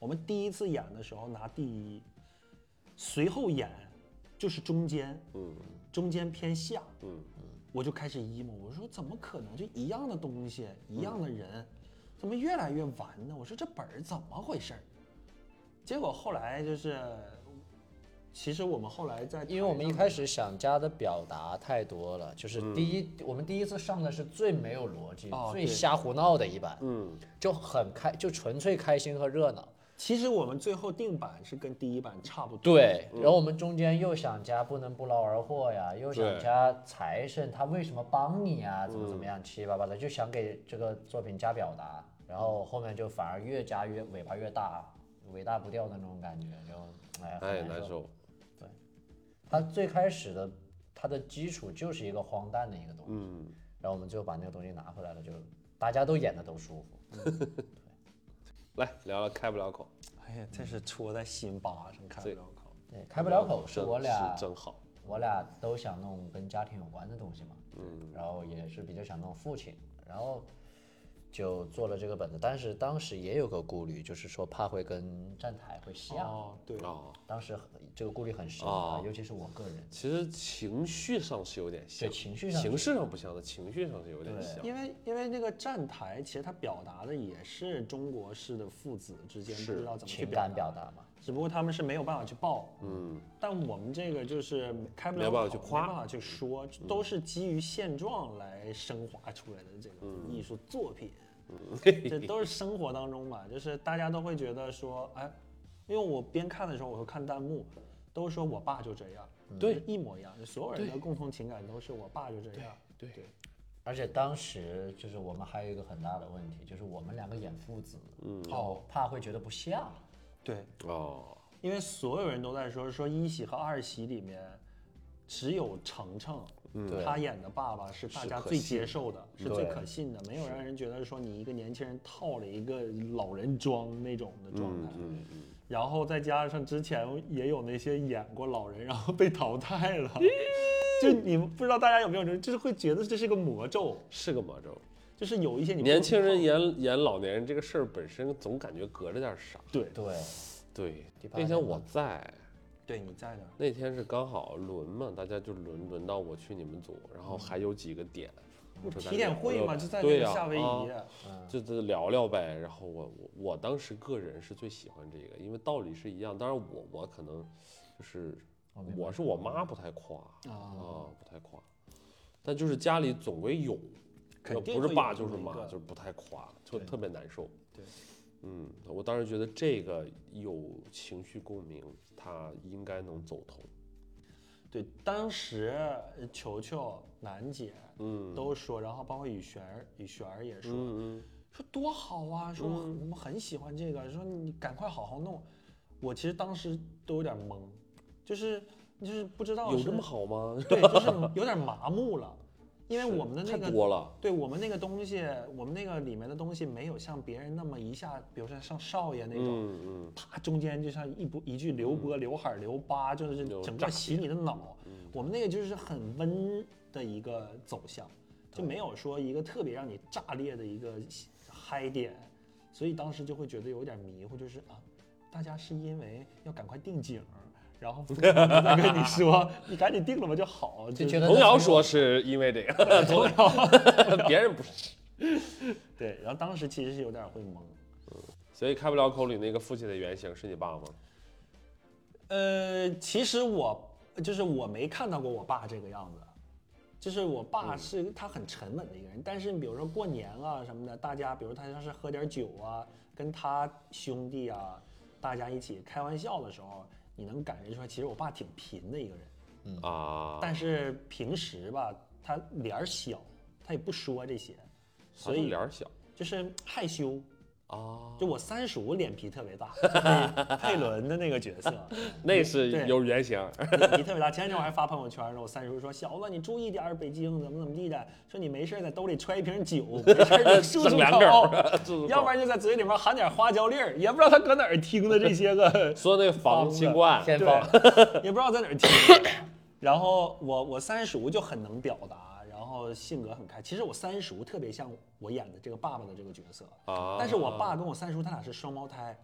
Speaker 4: 我们第一次演的时候拿第一，随后演就是中间，
Speaker 2: 嗯
Speaker 4: 中间偏下，
Speaker 2: 嗯
Speaker 4: 我就开始 emo，我说怎么可能？就一样的东西，一样的人，怎么越来越完呢？我说这本儿怎么回事儿？结果后来就是，其实我们后来在
Speaker 3: 因为我们
Speaker 4: 台
Speaker 3: 一
Speaker 4: 上
Speaker 3: 开始想家的表达太多了，就是第一，
Speaker 2: 嗯
Speaker 3: 我们第一次上的是最没有逻辑、
Speaker 4: 哦
Speaker 3: 最
Speaker 4: 对
Speaker 3: 瞎胡闹的一版，
Speaker 2: 嗯，
Speaker 3: 就很开，就纯粹开心和热闹。
Speaker 4: 其实我们最后定版是跟第一版差不多，
Speaker 3: 对，
Speaker 2: 嗯
Speaker 3: 然后我们中间又想加不能不劳而获呀，又想
Speaker 2: 对嗯
Speaker 3: 加财神他为什么帮你呀，怎么怎么样，七七八八的，就想给这个作品加表达，然后后面就反而越加越尾巴越大，尾大不掉的那种感觉，就哎
Speaker 2: 哎，
Speaker 3: 很
Speaker 2: 难受，
Speaker 3: 它最开始的它的基础就是一个荒诞的一个东西，
Speaker 2: 嗯，
Speaker 3: 然后我们最后把那个东西拿回来了，就大家都演的都舒服。
Speaker 2: 来聊聊开不了口，
Speaker 4: 哎呀，这是戳在心巴上，开不了口。
Speaker 3: 对，哎开不了口是
Speaker 2: 真
Speaker 3: 我俩
Speaker 2: 嗯是真好，
Speaker 3: 我俩都想弄跟家庭有关的东西嘛，嗯，然后也是比较想弄父亲，然后就做了这个本子，但是当时也有个顾虑，就是说怕会跟站台会像，
Speaker 4: 哦，对，
Speaker 2: 啊，
Speaker 3: 当时很这个顾虑很深
Speaker 2: 哦
Speaker 3: 啊，尤其是我个人，
Speaker 2: 其实情绪上是有点像
Speaker 3: 对，情绪上
Speaker 2: 形
Speaker 3: 是
Speaker 2: 式上不像的，情绪上是有点
Speaker 3: 对
Speaker 2: 像，
Speaker 4: 因为因为那个站台，其实它表达的也是中国式的父子之间不
Speaker 2: 是
Speaker 4: 知道怎么去
Speaker 3: 情
Speaker 4: 表
Speaker 3: 感
Speaker 4: 达，
Speaker 3: 表达嘛，
Speaker 4: 只不过他们是没有办法去抱，
Speaker 2: 嗯，
Speaker 4: 但我们这个就是开不了
Speaker 2: 没办法
Speaker 4: 口
Speaker 2: 去夸
Speaker 4: 没办法去说，都是基于现状来升华出来的这个
Speaker 2: 嗯
Speaker 4: 艺术作品。 这都是生活当中嘛，就是大家都会觉得说，哎，因为我边看的时候，我会看弹幕，都说我爸就这样，对，一模一样，就所有人的共同情感都是我爸就这样，
Speaker 2: 对，
Speaker 3: 而且当时就是我们还有一个很大的问题，就是我们两个演父子，嗯，哦，怕会觉得不像，
Speaker 4: 对，
Speaker 2: 哦，
Speaker 4: 因为所有人都在说说一喜和二喜里面，只有程程，
Speaker 3: 对
Speaker 4: 他演的爸爸是大
Speaker 2: 嗯是
Speaker 4: 家
Speaker 2: 可
Speaker 4: 最
Speaker 2: 信
Speaker 4: 接受的，是最
Speaker 3: 对
Speaker 4: 可信的，没有让人觉得说你一个年轻人套了一个老人装那种的状态。
Speaker 2: 嗯嗯
Speaker 4: 然后再加上之前也有那些演过老人然后被淘汰了，就你们不知道大家有没有这种，就是会觉得这是个魔咒，
Speaker 2: 是个魔咒。
Speaker 4: 就是有一些你不能
Speaker 2: 年轻人
Speaker 4: 碰
Speaker 2: 演演老年人这个事儿本身总感觉隔着点啥。
Speaker 4: 对
Speaker 3: 对，
Speaker 2: 对，
Speaker 3: 第
Speaker 2: 那
Speaker 3: 八
Speaker 2: 天
Speaker 3: 天
Speaker 2: 我
Speaker 3: 吧
Speaker 2: 在，
Speaker 4: 对你在那儿，
Speaker 2: 那天是刚好轮嘛，大家就轮轮到我去你们组，然后还有几个点，我说咱
Speaker 4: 体检
Speaker 2: 聊
Speaker 4: 会
Speaker 2: 聊
Speaker 4: 嘛，就在那
Speaker 2: 呃对
Speaker 4: 个
Speaker 2: 呀
Speaker 4: 夏威夷，
Speaker 2: 啊就就聊聊呗。然后我我我当时个人是最喜欢这个，因为道理是一样，当然我我可能就是
Speaker 4: 哦
Speaker 3: 我明白
Speaker 2: 我是我妈不太夸啊不太夸，但就是家里总归有，
Speaker 4: 肯
Speaker 2: 要
Speaker 4: 定
Speaker 2: 不
Speaker 4: 会
Speaker 2: 是爸
Speaker 4: 有这
Speaker 2: 就是
Speaker 4: 么一
Speaker 2: 妈，
Speaker 4: 个
Speaker 2: 就是不太夸，就
Speaker 4: 对
Speaker 2: 特别难受。
Speaker 4: 对，
Speaker 2: 嗯，我当时觉得这个有情绪共鸣，他应该能走通。
Speaker 4: 对，当时呃球球、楠姐
Speaker 2: 嗯，
Speaker 4: 都说，然后包括雨璇儿、雨璇儿也说，
Speaker 2: 嗯嗯嗯
Speaker 4: 说多好啊，说我我们很喜欢这个，说你赶快好好弄。我其实当时都有点懵，就是就是不知道
Speaker 2: 有
Speaker 4: 是
Speaker 2: 这么好吗？
Speaker 4: 对，就是有点麻木了，因为
Speaker 2: 是
Speaker 4: 我们的那
Speaker 2: 太
Speaker 4: 个
Speaker 2: 多了，
Speaker 4: 对我们那个东西，我们那个里面的东西没有像别人那么一下，比如说像少爷那种，
Speaker 2: 嗯嗯，
Speaker 4: 啪中间就像一波一句流波、刘海、留疤，就是
Speaker 2: 有
Speaker 4: 整
Speaker 2: 炸
Speaker 4: 个洗你的脑。
Speaker 2: 嗯
Speaker 4: 我们那个就是很温的一个走向，就没有说一个特别让你炸裂的一个嗨点，所以当时就会觉得有点迷糊，就是啊，大家是因为要赶快定景儿。然后再跟你说， 你赶紧定了吧就好，
Speaker 3: 就
Speaker 4: 就
Speaker 3: 觉
Speaker 2: 嗯
Speaker 3: 得
Speaker 2: 童谣说是因为这 个，童谣， 别人不是。
Speaker 4: 对。然后当时其实是有点会懵，
Speaker 2: 所以开不了口里那个父亲的原型是你爸吗？
Speaker 4: 呃，其实我就是我没看到过我爸这个样子，就是我爸是、他很沉稳的一个人，但是你比如说过年啊什么的，大家比如他要是喝点酒啊，跟他兄弟啊，大家一起开玩笑的时候，你能感觉出来，其实我爸挺贫的一个人，
Speaker 2: 啊，
Speaker 4: 嗯但是平时吧，他脸儿小，他也不说这些，
Speaker 2: 啊
Speaker 4: 所
Speaker 2: 他
Speaker 4: 以
Speaker 2: 脸儿小，
Speaker 4: 就是害羞，
Speaker 2: 啊，
Speaker 4: 就我三叔脸皮特别大， 就是佩伦的那个角色
Speaker 2: 那是
Speaker 4: 对
Speaker 2: 有原型儿，
Speaker 4: 脸皮特别大。前两天我还发朋友圈呢，我三叔说：“小子，你注意点儿，北京怎么怎么地的，说你没事儿在兜里揣一瓶酒，没事儿你漱
Speaker 2: 整
Speaker 4: 漱
Speaker 2: 两口
Speaker 4: 口，
Speaker 2: 漱漱口
Speaker 4: 要不然就在嘴里面含点花椒粒儿，也不知道他搁哪儿听的这些个
Speaker 2: 说那防新冠，
Speaker 3: 天
Speaker 4: 对
Speaker 3: 方，
Speaker 4: 也不知道在哪儿听的。然后我我三叔就很能表达，然后性格很开。其实我三叔特别像我演的这个爸爸的这个角色，
Speaker 2: 啊
Speaker 4: 但是我爸跟我三叔他俩是双胞胎，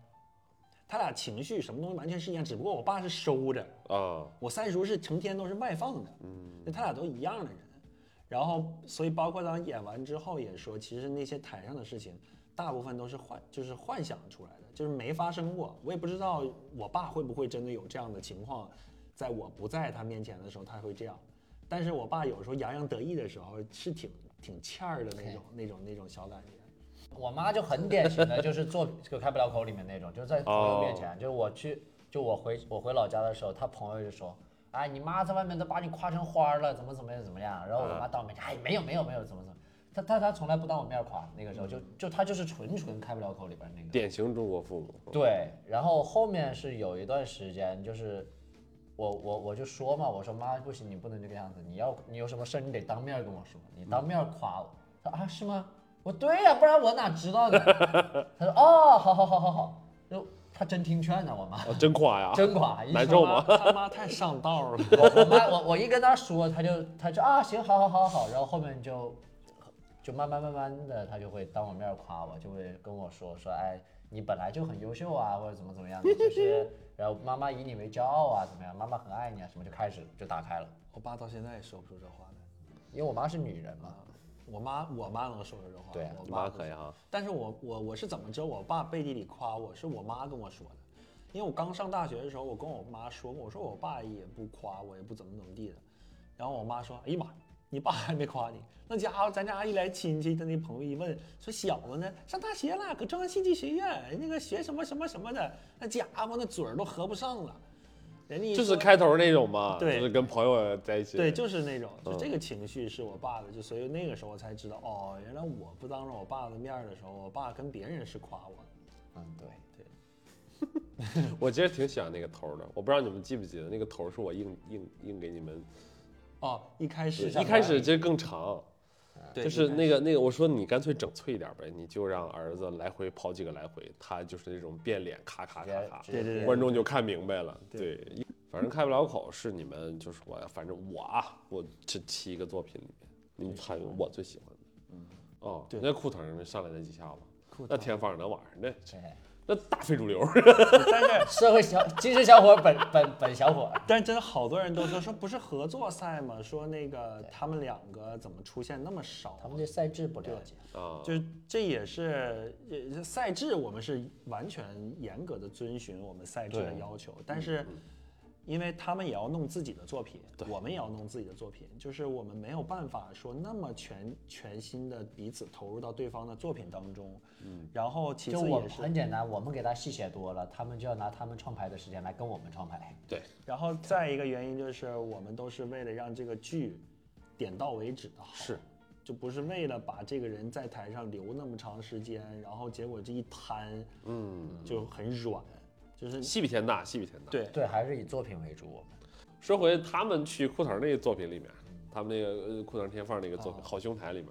Speaker 4: 他俩情绪什么东西完全是一样，只不过我爸是收着，
Speaker 2: 啊，
Speaker 4: 我三叔是成天都是外放的，
Speaker 2: 嗯，
Speaker 4: 就他俩都一样的人。然后，所以包括当演完之后也说，其实那些台上的事情，大部分都是幻，就是幻想出来的，就是没发生过。我也不知道我爸会不会真的有这样的情况，在我不在他面前的时候他会这样。但是我爸有时候洋洋得意的时候是挺挺欠儿的那种那种那种小感觉。
Speaker 3: 我妈就很典型的，就是做就开不了口里面那种，就在朋友面前，就是我去，就我回我回老家的时候，她朋友就说，哎，你妈在外面都把你夸成花儿了，怎么怎么样怎么样，然后我妈到我面前，哎，没有没有没有，怎么怎么，她她她从来不当我面夸，那个时候就就她就是纯纯开不了口里边那个。
Speaker 2: 典型中国父母，
Speaker 3: 对，然后后面是有一段时间，就是我我我就说嘛，我说妈不行，你不能这个样子，你要你有什么事儿你得当面跟我说，你当面夸我。他说啊是吗？我对呀、不然我哪知道呢？ 他说哦，好好好好好，就他真听劝呢，我妈
Speaker 2: 哦，真夸呀，
Speaker 3: 真夸，一
Speaker 2: 难
Speaker 3: 说
Speaker 2: 受吗？
Speaker 4: 他妈太上道了。
Speaker 3: 我我妈我我一跟她说，她就她就啊行好好好好，然后后面就就慢慢慢慢的，她就会当我面儿夸我，就会跟我说说哎你本来就很优秀啊，或者怎么怎么样的，就是然后妈妈以你为骄傲啊，怎么样，妈妈很爱你啊，什么就开始就打开了，
Speaker 4: 我爸到现在也说不出这话来。
Speaker 3: 因为我妈是女人嘛，
Speaker 4: 我妈我妈能说出这话，
Speaker 3: 对啊
Speaker 4: 我
Speaker 2: 你妈
Speaker 4: 不
Speaker 2: 可以
Speaker 4: 行
Speaker 2: 哈，
Speaker 4: 但是我我我是怎么知道我爸背地里夸我？是我妈跟我说的，因为我刚上大学的时候，我跟我妈说过，我说我爸也不夸我，也不怎么怎么地的。然后我妈说：“哎呀妈呀，你爸还没夸你？那家伙，咱家一来亲戚，他那朋友一问，说小子呢，上大学了，搁中央戏剧学院那个学什么什么什么的，那家伙那嘴儿都合不上了。”人家一
Speaker 2: 就是
Speaker 4: 说
Speaker 2: 开头那种嘛，
Speaker 4: 对
Speaker 2: 就是跟朋友在一起，
Speaker 4: 对，就是那种，就
Speaker 2: 嗯
Speaker 4: 这个情绪是我爸的，就所以那个时候我才知道，哦，原来我不当着我爸的面儿的时候，我爸跟别人是夸我的。
Speaker 3: 嗯对，
Speaker 2: 我其实挺喜欢那个头儿的，我不知道你们记不记得那个头儿是我硬硬硬给你们，
Speaker 4: 哦，一开始
Speaker 2: 一开始其实更长，
Speaker 4: 对
Speaker 2: 就是那个那个，我说你干脆整脆一点呗，你就让儿子来回跑几个来回，他就是那种变脸，咔咔咔咔，
Speaker 3: 直
Speaker 4: 对
Speaker 3: 接
Speaker 4: 对对
Speaker 2: 观众就看明白了。
Speaker 4: 对
Speaker 2: 对，反正开不了口是你们，就是我，反正我啊，我这七个作品里面，你们参与我最喜欢的。哦，
Speaker 4: 对
Speaker 2: 那裤腾儿上来那几下子，
Speaker 4: 裤
Speaker 2: 那天方那玩意儿，那
Speaker 3: 对
Speaker 2: 那大非主流。
Speaker 4: 但是
Speaker 3: 社会小精神小伙本本本小伙，
Speaker 4: 但是真的好多人都说说不是合作赛吗？说那个他们两个怎么出现那么少？
Speaker 3: 他们对赛制不了解，
Speaker 2: 啊，
Speaker 4: 就是这也是呃赛制，我们是完全严格的遵循我们赛制的
Speaker 3: 对嗯
Speaker 4: 要求，但是因为他们也要弄自己的作品，我们也要弄自己的作品，就是我们没有办法说那么全全心的彼此投入到对方的作品当中。嗯，然后其
Speaker 3: 就
Speaker 4: 次
Speaker 3: 我
Speaker 4: 也
Speaker 3: 们
Speaker 4: 是
Speaker 3: 很，简
Speaker 2: 嗯
Speaker 3: 单，我们给他戏写多了，他们就要拿他们创牌的时间来跟我们创牌，
Speaker 2: 对，
Speaker 4: 然后再一个原因就是我们都是为了让这个剧点到为止的好。
Speaker 2: 是
Speaker 4: 就不是为了把这个人在台上留那么长时间，然后结果这一摊，嗯，就很软，就是
Speaker 2: 戏比天大，戏比天大。
Speaker 4: 对
Speaker 3: 对，还是以作品为主，我们。
Speaker 2: 说回他们去裤头那个作品里面，他们那个呃裤头天放那个作品《好兄台》里面，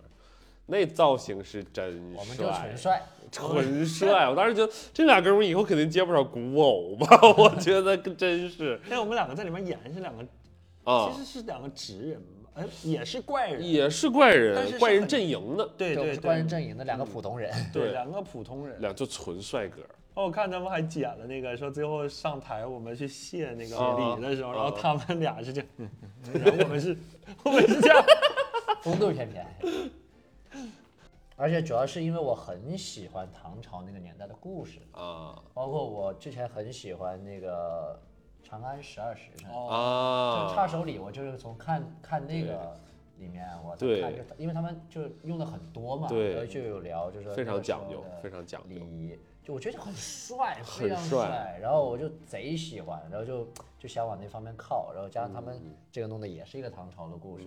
Speaker 2: 那造型是真
Speaker 3: 哦我们就
Speaker 2: 帅
Speaker 3: 纯，帅，
Speaker 2: 纯帅！我当时觉得这俩哥们儿以后肯定接不少古偶吧， 我觉得真是
Speaker 4: 但我们两个在里面演是两个，
Speaker 2: 啊
Speaker 4: 其，实是两个直人吧，哎，哦也是怪人，
Speaker 2: 也是怪
Speaker 4: 但是
Speaker 2: 人，
Speaker 4: 是
Speaker 2: 怪人
Speaker 4: 很
Speaker 2: 阵营的，
Speaker 4: 对
Speaker 3: 我们
Speaker 4: 对
Speaker 3: 是关人
Speaker 4: 对，
Speaker 3: 阵营的两个普
Speaker 2: 嗯
Speaker 3: 通人，
Speaker 2: 对
Speaker 4: 对两个普通人。
Speaker 2: 俩就纯帅哥。
Speaker 4: 哦，我看他们还剪了那个，说最后上台我们去谢那
Speaker 2: 啊
Speaker 4: 个礼的时候，
Speaker 2: 啊
Speaker 4: 然后他们俩是这样，嗯 嗯然后我们是我们是这样，
Speaker 3: 风度翩翩。而且主要是因为我很喜欢唐朝那个年代的故事，
Speaker 2: 啊
Speaker 3: 包括我之前很喜欢那个《长安十二时辰》
Speaker 2: 哦
Speaker 3: 哦
Speaker 2: 啊
Speaker 3: 就插！手里，我就是从看看那个里面，我在
Speaker 2: 对
Speaker 3: 看就因为他们就用的很多嘛，
Speaker 2: 对
Speaker 3: 然后就有聊，就是说
Speaker 2: 非常
Speaker 3: 那个时候
Speaker 2: 讲究
Speaker 3: 的
Speaker 2: 非常讲究
Speaker 3: 礼仪，就我觉得很帅，
Speaker 2: 很
Speaker 3: 非常
Speaker 2: 帅
Speaker 3: 帅，然后我就贼喜
Speaker 2: 嗯
Speaker 3: 欢，然后就就想往那方面靠，然后加上他们这个弄的也是一个唐朝的故事，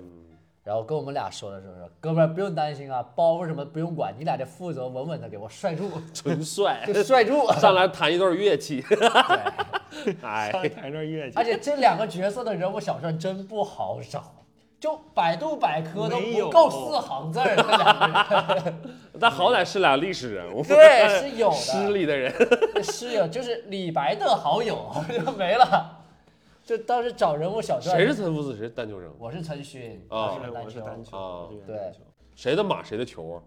Speaker 3: 然后跟我们俩说的时候说，哥们儿不用担心啊，包袱什么不用管，你俩就负责稳稳的给我帅住，
Speaker 2: 纯帅，
Speaker 3: 就帅住。
Speaker 2: 上来弹一段乐器，
Speaker 3: 对，
Speaker 2: 哎，
Speaker 4: 上台那乐器
Speaker 3: 而，且这两个角色的人物小传真不好找，就百度百科都
Speaker 4: 没
Speaker 3: 不
Speaker 4: 有
Speaker 3: 够四行字儿。这两个人
Speaker 2: 但好歹是俩历史人物，
Speaker 3: 对 是有的
Speaker 2: 诗里的人，
Speaker 3: 是有，就是李白的好友 就没了。就当时找人物小传，
Speaker 2: 谁是岑夫子，谁是丹丘生？
Speaker 3: 我是陈勋，
Speaker 2: 啊
Speaker 3: 他是
Speaker 4: 我
Speaker 3: 篮
Speaker 4: 是
Speaker 3: 球。
Speaker 4: 单球，
Speaker 2: 啊
Speaker 4: 我是
Speaker 3: 对
Speaker 4: 单球。
Speaker 2: 谁的马谁的球啊？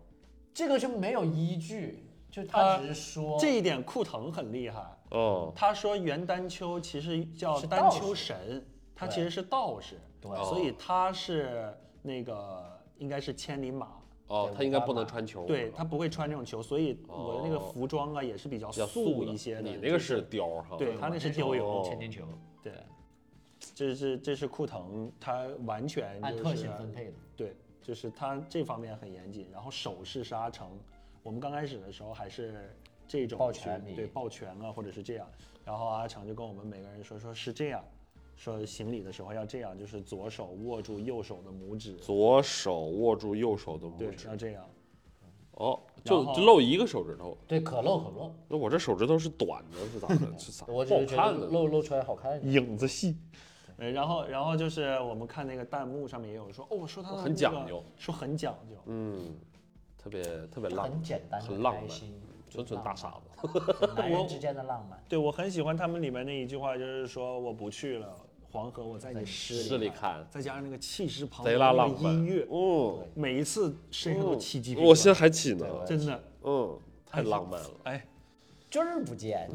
Speaker 3: 这个就没有依据，就他
Speaker 4: 呃
Speaker 3: 只是说，
Speaker 4: 这一点库腾很厉害，
Speaker 2: 哦，
Speaker 4: 他说袁丹丘其实叫
Speaker 3: 是
Speaker 4: 丹
Speaker 3: 道士
Speaker 4: 丘神，他其实是道士，
Speaker 3: 对
Speaker 4: 所以他是那个应该是千里马，
Speaker 2: 哦，他应该不能穿球，
Speaker 4: 对他不会穿这种球，所以我的那个
Speaker 2: 哦
Speaker 4: 服装啊也是比较
Speaker 2: 比较素
Speaker 4: 素
Speaker 2: 的
Speaker 4: 一些的。
Speaker 2: 你那个是貂哈，
Speaker 4: 对他那是貂
Speaker 2: 哦
Speaker 4: 油，
Speaker 3: 千金球，
Speaker 4: 对，这是这是库腾，他完全
Speaker 3: 按
Speaker 4: 就
Speaker 3: 特
Speaker 4: 是
Speaker 3: 性分配的。
Speaker 4: 对，就是他这方面很严谨。然后手势杀成，我们刚开始的时候还是这种
Speaker 3: 抱
Speaker 4: 去
Speaker 3: 拳礼
Speaker 4: 对抱拳啊，或者是这样。然后阿成就跟我们每个人说，说是这样，说行礼的时候要这样，就是左手握住右手的拇指，
Speaker 2: 左手握住右手的拇
Speaker 4: 对，
Speaker 2: 指
Speaker 4: 要，这样。
Speaker 2: 哦，就
Speaker 4: 然后
Speaker 2: 就露一个手指头。
Speaker 3: 对，可露可不露。
Speaker 2: 那我这手指头是短的，是咋 的？是咋？不
Speaker 3: 我只
Speaker 2: 好
Speaker 3: 是觉得
Speaker 2: 看的。
Speaker 3: 露露出来好看一点。
Speaker 4: 影子戏。呃，然后，然后就是我们看那个弹幕上面也有说，哦，说他、
Speaker 2: 很讲究，
Speaker 4: 说很讲究，
Speaker 2: 嗯，特别特别浪
Speaker 3: 很，简单，
Speaker 2: 很浪
Speaker 3: 开
Speaker 2: 漫
Speaker 3: 心，
Speaker 2: 纯纯大傻子。
Speaker 3: 子，男人之间的浪漫。
Speaker 4: 对我很喜欢他们里面那一句话，就是说我不去了，黄河我在你诗
Speaker 2: 市里
Speaker 4: 里
Speaker 2: 看
Speaker 4: 再加上那个气势磅
Speaker 2: 贼
Speaker 4: 礴
Speaker 2: 拉
Speaker 4: 的
Speaker 2: 浪漫
Speaker 4: 音乐，
Speaker 2: 嗯，
Speaker 4: 每一次身上都起鸡皮疙瘩。
Speaker 2: 我现在还起呢，
Speaker 4: 真的
Speaker 2: 嗯，太浪漫了。
Speaker 4: 哎，
Speaker 3: 就是不见，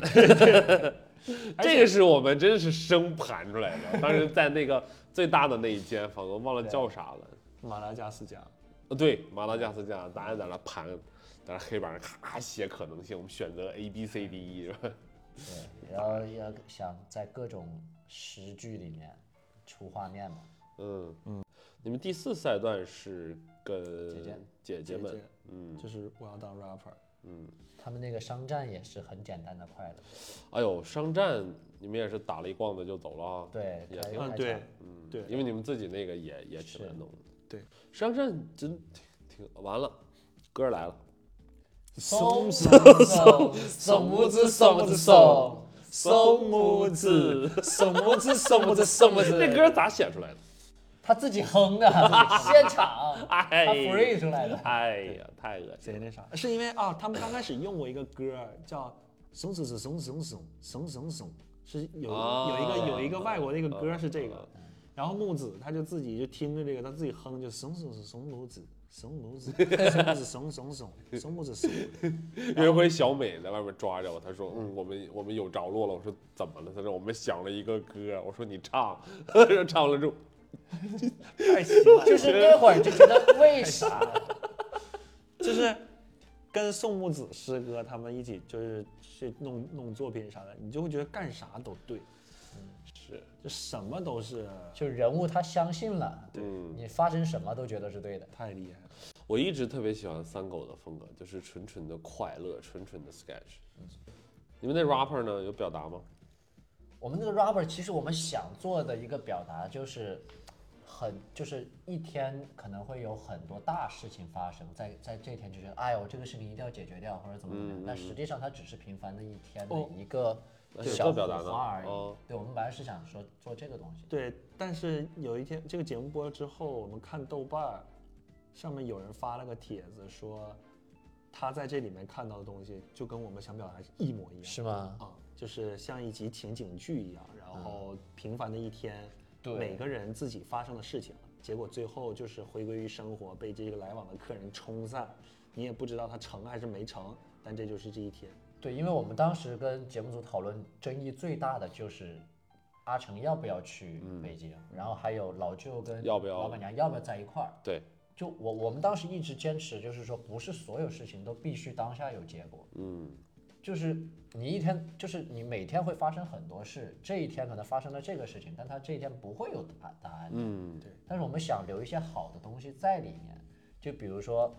Speaker 2: 这个是我们真是生盘出来的，当时在那个最大的那一间房，我忘了叫啥了。
Speaker 4: 马达加斯加，
Speaker 2: 呃，对，马达加斯加，大家在那盘，在那黑板上咔写可能性，我们选择 A B C D E 是吧？
Speaker 3: 对，然后要想在各种时剧里面出画面嘛，
Speaker 2: 嗯嗯，你们第四赛段是跟姐
Speaker 3: 姐姐
Speaker 2: 姐们
Speaker 4: 姐姐，
Speaker 2: 嗯
Speaker 4: 就是我要当 rapper。
Speaker 2: 嗯，
Speaker 3: 他们那个商战也是很简单的快乐，
Speaker 2: 哎呦，商战你们也是打了一逛子就走了啊？
Speaker 3: 对，
Speaker 2: 也
Speaker 3: 开
Speaker 2: 挺
Speaker 3: 开
Speaker 4: 嗯，
Speaker 3: 场
Speaker 4: 对
Speaker 2: 嗯
Speaker 4: 对
Speaker 2: 因为你们自己那个也也挺难弄的。
Speaker 4: 对，
Speaker 2: 商战真挺挺完了，歌儿来了，
Speaker 3: 松松松松木子松木子松，
Speaker 4: 松木子，
Speaker 3: 松木子松 木子松木子，
Speaker 2: 这歌儿咋写出来的？
Speaker 3: 他自己哼的，现场，
Speaker 2: 哎
Speaker 3: 他 free 出来的。
Speaker 2: 哎呀，太恶心
Speaker 4: 谁
Speaker 2: 了！
Speaker 4: 那啥？是因为啊，他们刚开始用过一个歌儿叫“怂怂怂怂怂怂怂怂”，是有有一
Speaker 2: 啊
Speaker 4: 个有一个外国的一个歌
Speaker 2: 啊
Speaker 4: 儿是这
Speaker 2: 啊
Speaker 4: 个，然后木子他就自己就听着这个，他自己哼就“怂怂怂怂木子”。怂木子，怂木子，怂怂怂，怂木子怂。
Speaker 2: 有一回小美在外面抓着我，她说：“嗯，我们我们有着落了。”我说：“怎么了？”她说：“我们想了一个歌。”我说：“你唱。” 她说：“唱了之后，
Speaker 4: 太喜欢了
Speaker 3: 就是那会儿就觉得为啥？
Speaker 4: 就是跟宋木子师哥他们一起，就是去弄弄作品啥的，你就会觉得干啥都对，
Speaker 2: 是，
Speaker 4: 就什么都是
Speaker 3: 就人物他相信了，
Speaker 2: 嗯，
Speaker 3: 你发生什么都觉得是对的。
Speaker 4: 太厉害了。
Speaker 2: 我一直特别喜欢三狗的风格，就是纯纯的快乐，纯纯的 sketch。你们那 rapper 呢？有表达吗？
Speaker 3: 我们那个 rubber 其实我们想做的一个表达就是很就是一天可能会有很多大事情发生，在在这一天就觉得哎呦这个事情一定要解决掉或者怎么怎么样，但实际上它只是平凡的一天的
Speaker 4: 哦
Speaker 3: 一个
Speaker 2: 那有
Speaker 3: 小
Speaker 2: 个
Speaker 3: 火
Speaker 2: 表达呢
Speaker 3: 花而已
Speaker 2: 哦。
Speaker 3: 对，我们本来是想说做这个东西，
Speaker 4: 对，但是有一天这个节目播了之后，我们看豆瓣儿上面有人发了个帖子说，他在这里面看到的东西就跟我们想表达是一模一样。
Speaker 3: 是吗？
Speaker 4: 啊，就是像一集情景剧一样，然后平凡的一天，
Speaker 3: 对
Speaker 4: 每个人自己发生的事情，结果最后就是回归于生活，被这个来往的客人冲散，你也不知道他成还是没成，但这就是这一天。
Speaker 3: 对，因为我们当时跟节目组讨论，争议最大的就是阿成要不要去北京，然后还有老舅跟
Speaker 2: 嗯要不要
Speaker 3: 老板娘要不要在一块儿。
Speaker 2: 对，
Speaker 3: 就我我们当时一直坚持，就是说不是所有事情都必须当下有结果，
Speaker 2: 嗯，
Speaker 3: 就是你一天就是你每天会发生很多事，这一天可能发生了这个事情，但它这一天不会有答答案。
Speaker 2: 嗯，
Speaker 3: 但是我们想留一些好的东西在里面，就比如说，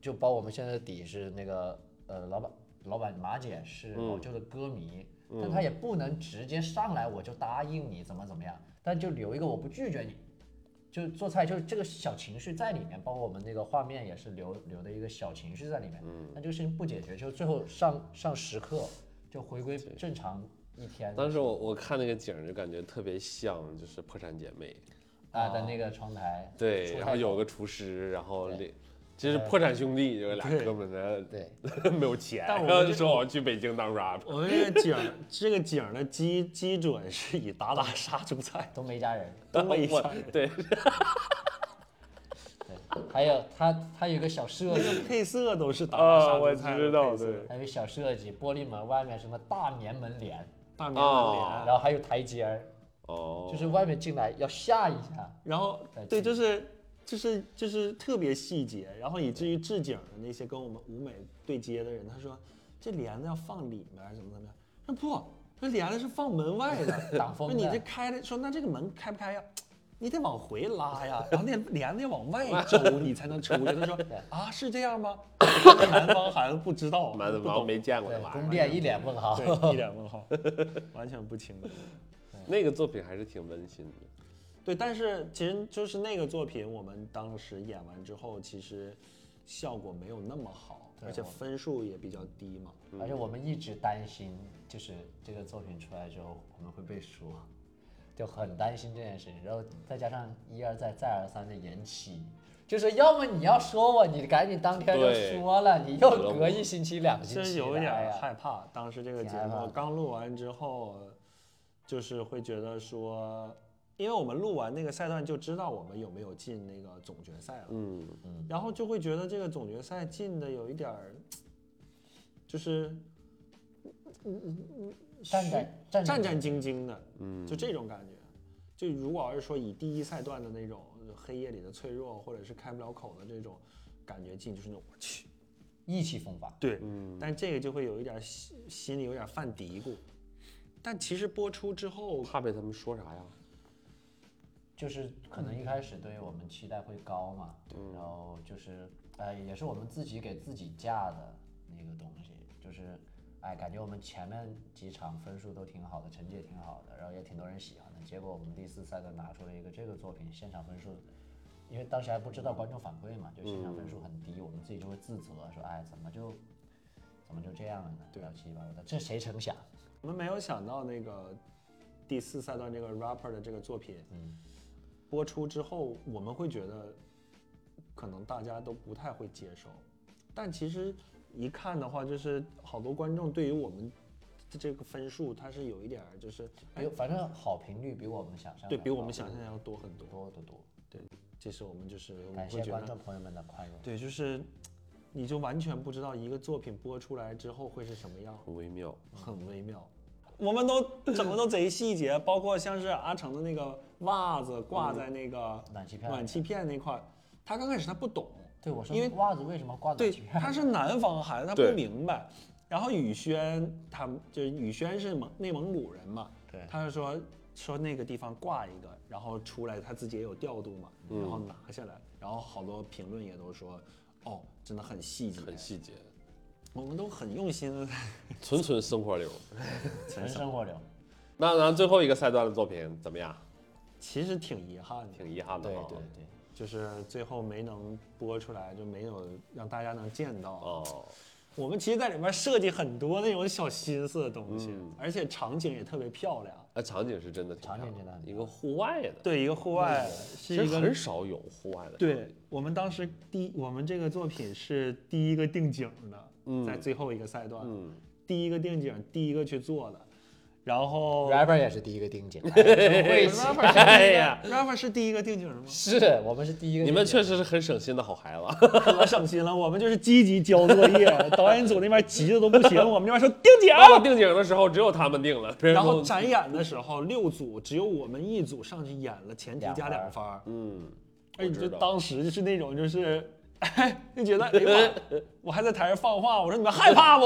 Speaker 3: 就包我们现在的底是那个呃老板老板马姐是
Speaker 2: 嗯
Speaker 3: 老舅的歌迷，但她也不能直接上来我就答应你怎么怎么样，但就留一个我不拒绝你，就是做菜，就是这个小情绪在里面，包括我们那个画面也是留留的一个小情绪在里面。嗯，那这个事情不解决，就最后上上时刻就回归正常一天。
Speaker 2: 当时我我看那个景儿就感觉特别像，就是《破产姐妹》。
Speaker 3: 啊的那个窗台，
Speaker 2: 对，
Speaker 3: 出
Speaker 2: 然
Speaker 3: 太
Speaker 2: 后
Speaker 3: 阳
Speaker 2: 有个厨师，然后
Speaker 3: 对
Speaker 2: 那这是破产兄弟，就是俩
Speaker 4: 对
Speaker 2: 哥们儿，
Speaker 3: 对，
Speaker 2: 然后 没有钱，
Speaker 4: 但我
Speaker 2: 然后
Speaker 4: 就
Speaker 2: 就说我要去北京当 rap。
Speaker 4: 我们这个景 儿，这个景儿的基基准是以打打杀猪菜，
Speaker 3: 东北一家人。
Speaker 4: 东北一
Speaker 2: 我
Speaker 4: 家人
Speaker 2: 对，
Speaker 3: 对，还有它它有个小设
Speaker 4: 那个，
Speaker 3: 计
Speaker 4: 配色都是打打
Speaker 2: 啊，
Speaker 4: 杀
Speaker 2: 我
Speaker 4: 猪菜的配色，
Speaker 2: 知道，对，
Speaker 3: 还有小设计，玻璃门外面什么大棉门帘，
Speaker 4: 大面
Speaker 2: 哦
Speaker 4: 的
Speaker 3: 然
Speaker 4: 脸，
Speaker 3: 后还有台阶儿，
Speaker 2: 哦，
Speaker 3: 就是外面进来要吓一下。
Speaker 4: 然后对，就是就是就是特别细节，然后以至于置景的那些跟我们舞美对接的人，他说这帘子要放里面，怎么怎么样？说不，这帘子是放门外 的，
Speaker 3: 挡风
Speaker 4: 说你
Speaker 3: 的
Speaker 4: 这开的，哦说那这个门开不开呀？你得往回拉呀，然后 那帘子要往外 周，你才能出去。他说啊，是这样 吗？南方孩子不知道，
Speaker 2: 蛮子
Speaker 4: 不
Speaker 2: 王
Speaker 4: 懂，
Speaker 2: 没见过
Speaker 3: 对
Speaker 2: 的，玩意
Speaker 3: 宫
Speaker 2: 儿。
Speaker 3: 殿一脸问号。
Speaker 4: 对，一脸问号，完全不清楚。
Speaker 2: 那个作品还是挺温馨的，
Speaker 4: 对，但是其实就是那个作品，我们当时演完之后，其实效果没有那么好，
Speaker 3: 对
Speaker 4: 而且
Speaker 3: 我
Speaker 4: 分数也比较低嘛。
Speaker 3: 而且我们一直担心，就是这个作品出来之后我们会被说，就很担心这件事情。然后再加上一而再再而三的延期，就是要么你要说我，你赶紧当天就
Speaker 2: 对
Speaker 3: 说了，你又隔一星期两个星
Speaker 4: 其实
Speaker 3: 期
Speaker 4: 有
Speaker 3: 的，
Speaker 4: 一点儿
Speaker 3: 哎呀，
Speaker 4: 害怕，当时这个
Speaker 3: 挺
Speaker 4: 节
Speaker 3: 害怕
Speaker 4: 目
Speaker 3: 的
Speaker 4: 刚录完之后，就是会觉得说，因为我们录完那个赛段就知道我们有没有进那个总决赛了，
Speaker 2: 嗯，
Speaker 4: 然后就会觉得这个总决赛进的有一点儿，就是
Speaker 3: 战战战
Speaker 4: 战战
Speaker 3: 兢
Speaker 4: 兢兢的，嗯，就这种感觉。就如果要是说以第一赛段的那种呃黑夜里的脆弱，或者是开不了口的这种感觉进，就是那种我去，
Speaker 3: 意气风发。
Speaker 4: 对，嗯，但这个就会有一点儿心心里有点儿犯嘀咕。但其实播出之后，
Speaker 2: 怕被他们说啥呀？
Speaker 3: 就是可
Speaker 4: 嗯
Speaker 3: 能一开始对于我们期待会高嘛，然后就是呃，也是我们自己给自己架的那个东西，就是哎，感觉我们前面几场分数都挺好的，成绩也挺好的，然后也挺多人喜欢的，结果我们第四赛段拿出了一个这个作品，现场分数。因为当时还不知道观众反馈嘛，就现场
Speaker 4: 嗯
Speaker 3: 分数很低，我们自己就会自责，说哎，怎么就，怎么就这样了呢？
Speaker 4: 对
Speaker 3: 乱七八糟的，这谁成想？
Speaker 4: 我们没有想到那个第四赛段这个 rapper 的这个作品，
Speaker 3: 嗯，
Speaker 4: 播出之后，我们会觉得可能大家都不太会接受，但其实一看的话，就是好多观众对于我们的这个分数，他是有一点儿就是，哎
Speaker 3: 比，反正好评率比我们想象
Speaker 4: 对
Speaker 3: 的
Speaker 4: 比我
Speaker 3: 高
Speaker 4: 们想象要多很多。
Speaker 3: 多得多。
Speaker 4: 这是我们就是我们
Speaker 3: 感
Speaker 4: 会
Speaker 3: 谢
Speaker 4: 觉
Speaker 3: 观
Speaker 4: 得
Speaker 3: 众，朋友们的宽容。
Speaker 4: 对，就是你就完全不知道一个作品播出来之后会是什么样，
Speaker 2: 很微妙，
Speaker 4: 很微妙。我们都整的都贼细节，包括像是阿成的那个袜子挂在那个
Speaker 3: 嗯暖气片儿
Speaker 4: 暖气片那块儿，他刚开始他不懂，
Speaker 3: 对，我说
Speaker 4: 因为
Speaker 3: 袜子为什么挂啊
Speaker 4: 对
Speaker 3: 暖气，片？
Speaker 4: 他是南方孩子，他不
Speaker 2: 对
Speaker 4: 明白。然后宇轩，他们就是宇轩是蒙内蒙古人嘛，
Speaker 3: 对
Speaker 4: 他就说说那个地方挂一个，然后出来他自己也有调度嘛，
Speaker 2: 嗯
Speaker 4: 然后拿下来，然后好多评论也都说，哦，真的很细节，
Speaker 2: 很细节，
Speaker 4: 我们都很用心的。
Speaker 2: 纯纯生活流。
Speaker 3: 纯生活流。
Speaker 2: 那咱最后一个赛段的作品怎么样？
Speaker 4: 其实挺遗憾的，
Speaker 2: 挺遗憾的
Speaker 3: 对
Speaker 2: 哈。
Speaker 3: 对对，
Speaker 4: 就是最后没能播出来，就没有让大家能见到。
Speaker 2: 哦，
Speaker 4: 我们其实在里面设计很多那种小心思的东西，
Speaker 2: 嗯
Speaker 4: 而且场景也特别漂亮。
Speaker 2: 那场景是真的挺
Speaker 3: 场景
Speaker 2: 漂亮
Speaker 3: 真的很
Speaker 2: 一个户外的，
Speaker 4: 对，一个户外
Speaker 2: 嗯其
Speaker 4: 是
Speaker 2: 实
Speaker 4: 一个
Speaker 2: 很少有户外的。，
Speaker 4: 对我们当时第我们这个作品是第一个定景的，
Speaker 2: 嗯
Speaker 4: 在最后一个赛段，
Speaker 2: 嗯，
Speaker 4: 第一个定景，第一个去做的，然后
Speaker 3: rapper 也是第一个定景，会？
Speaker 2: 哎呀，
Speaker 4: rapper 是第一个定景吗
Speaker 3: 是我们是第一个定景。
Speaker 2: 你们确
Speaker 3: 实
Speaker 2: 实是很省心的好孩子。
Speaker 4: 可省心了，我们就是积极交作业，导演组那边急的都不行，我们这边说定景。
Speaker 2: 到了定景的时候，只有他们定了，别人
Speaker 4: 然后
Speaker 2: 都
Speaker 4: 展演的时候，六组只有我们一组上去演了前提加两
Speaker 3: 两
Speaker 4: 分儿，
Speaker 2: 嗯，
Speaker 4: 哎，
Speaker 2: 我
Speaker 4: 你
Speaker 2: 知
Speaker 4: 就
Speaker 2: 道
Speaker 4: 当时就是那种就是，就觉得哎呀妈，我还在台上放话，我说你们害怕不？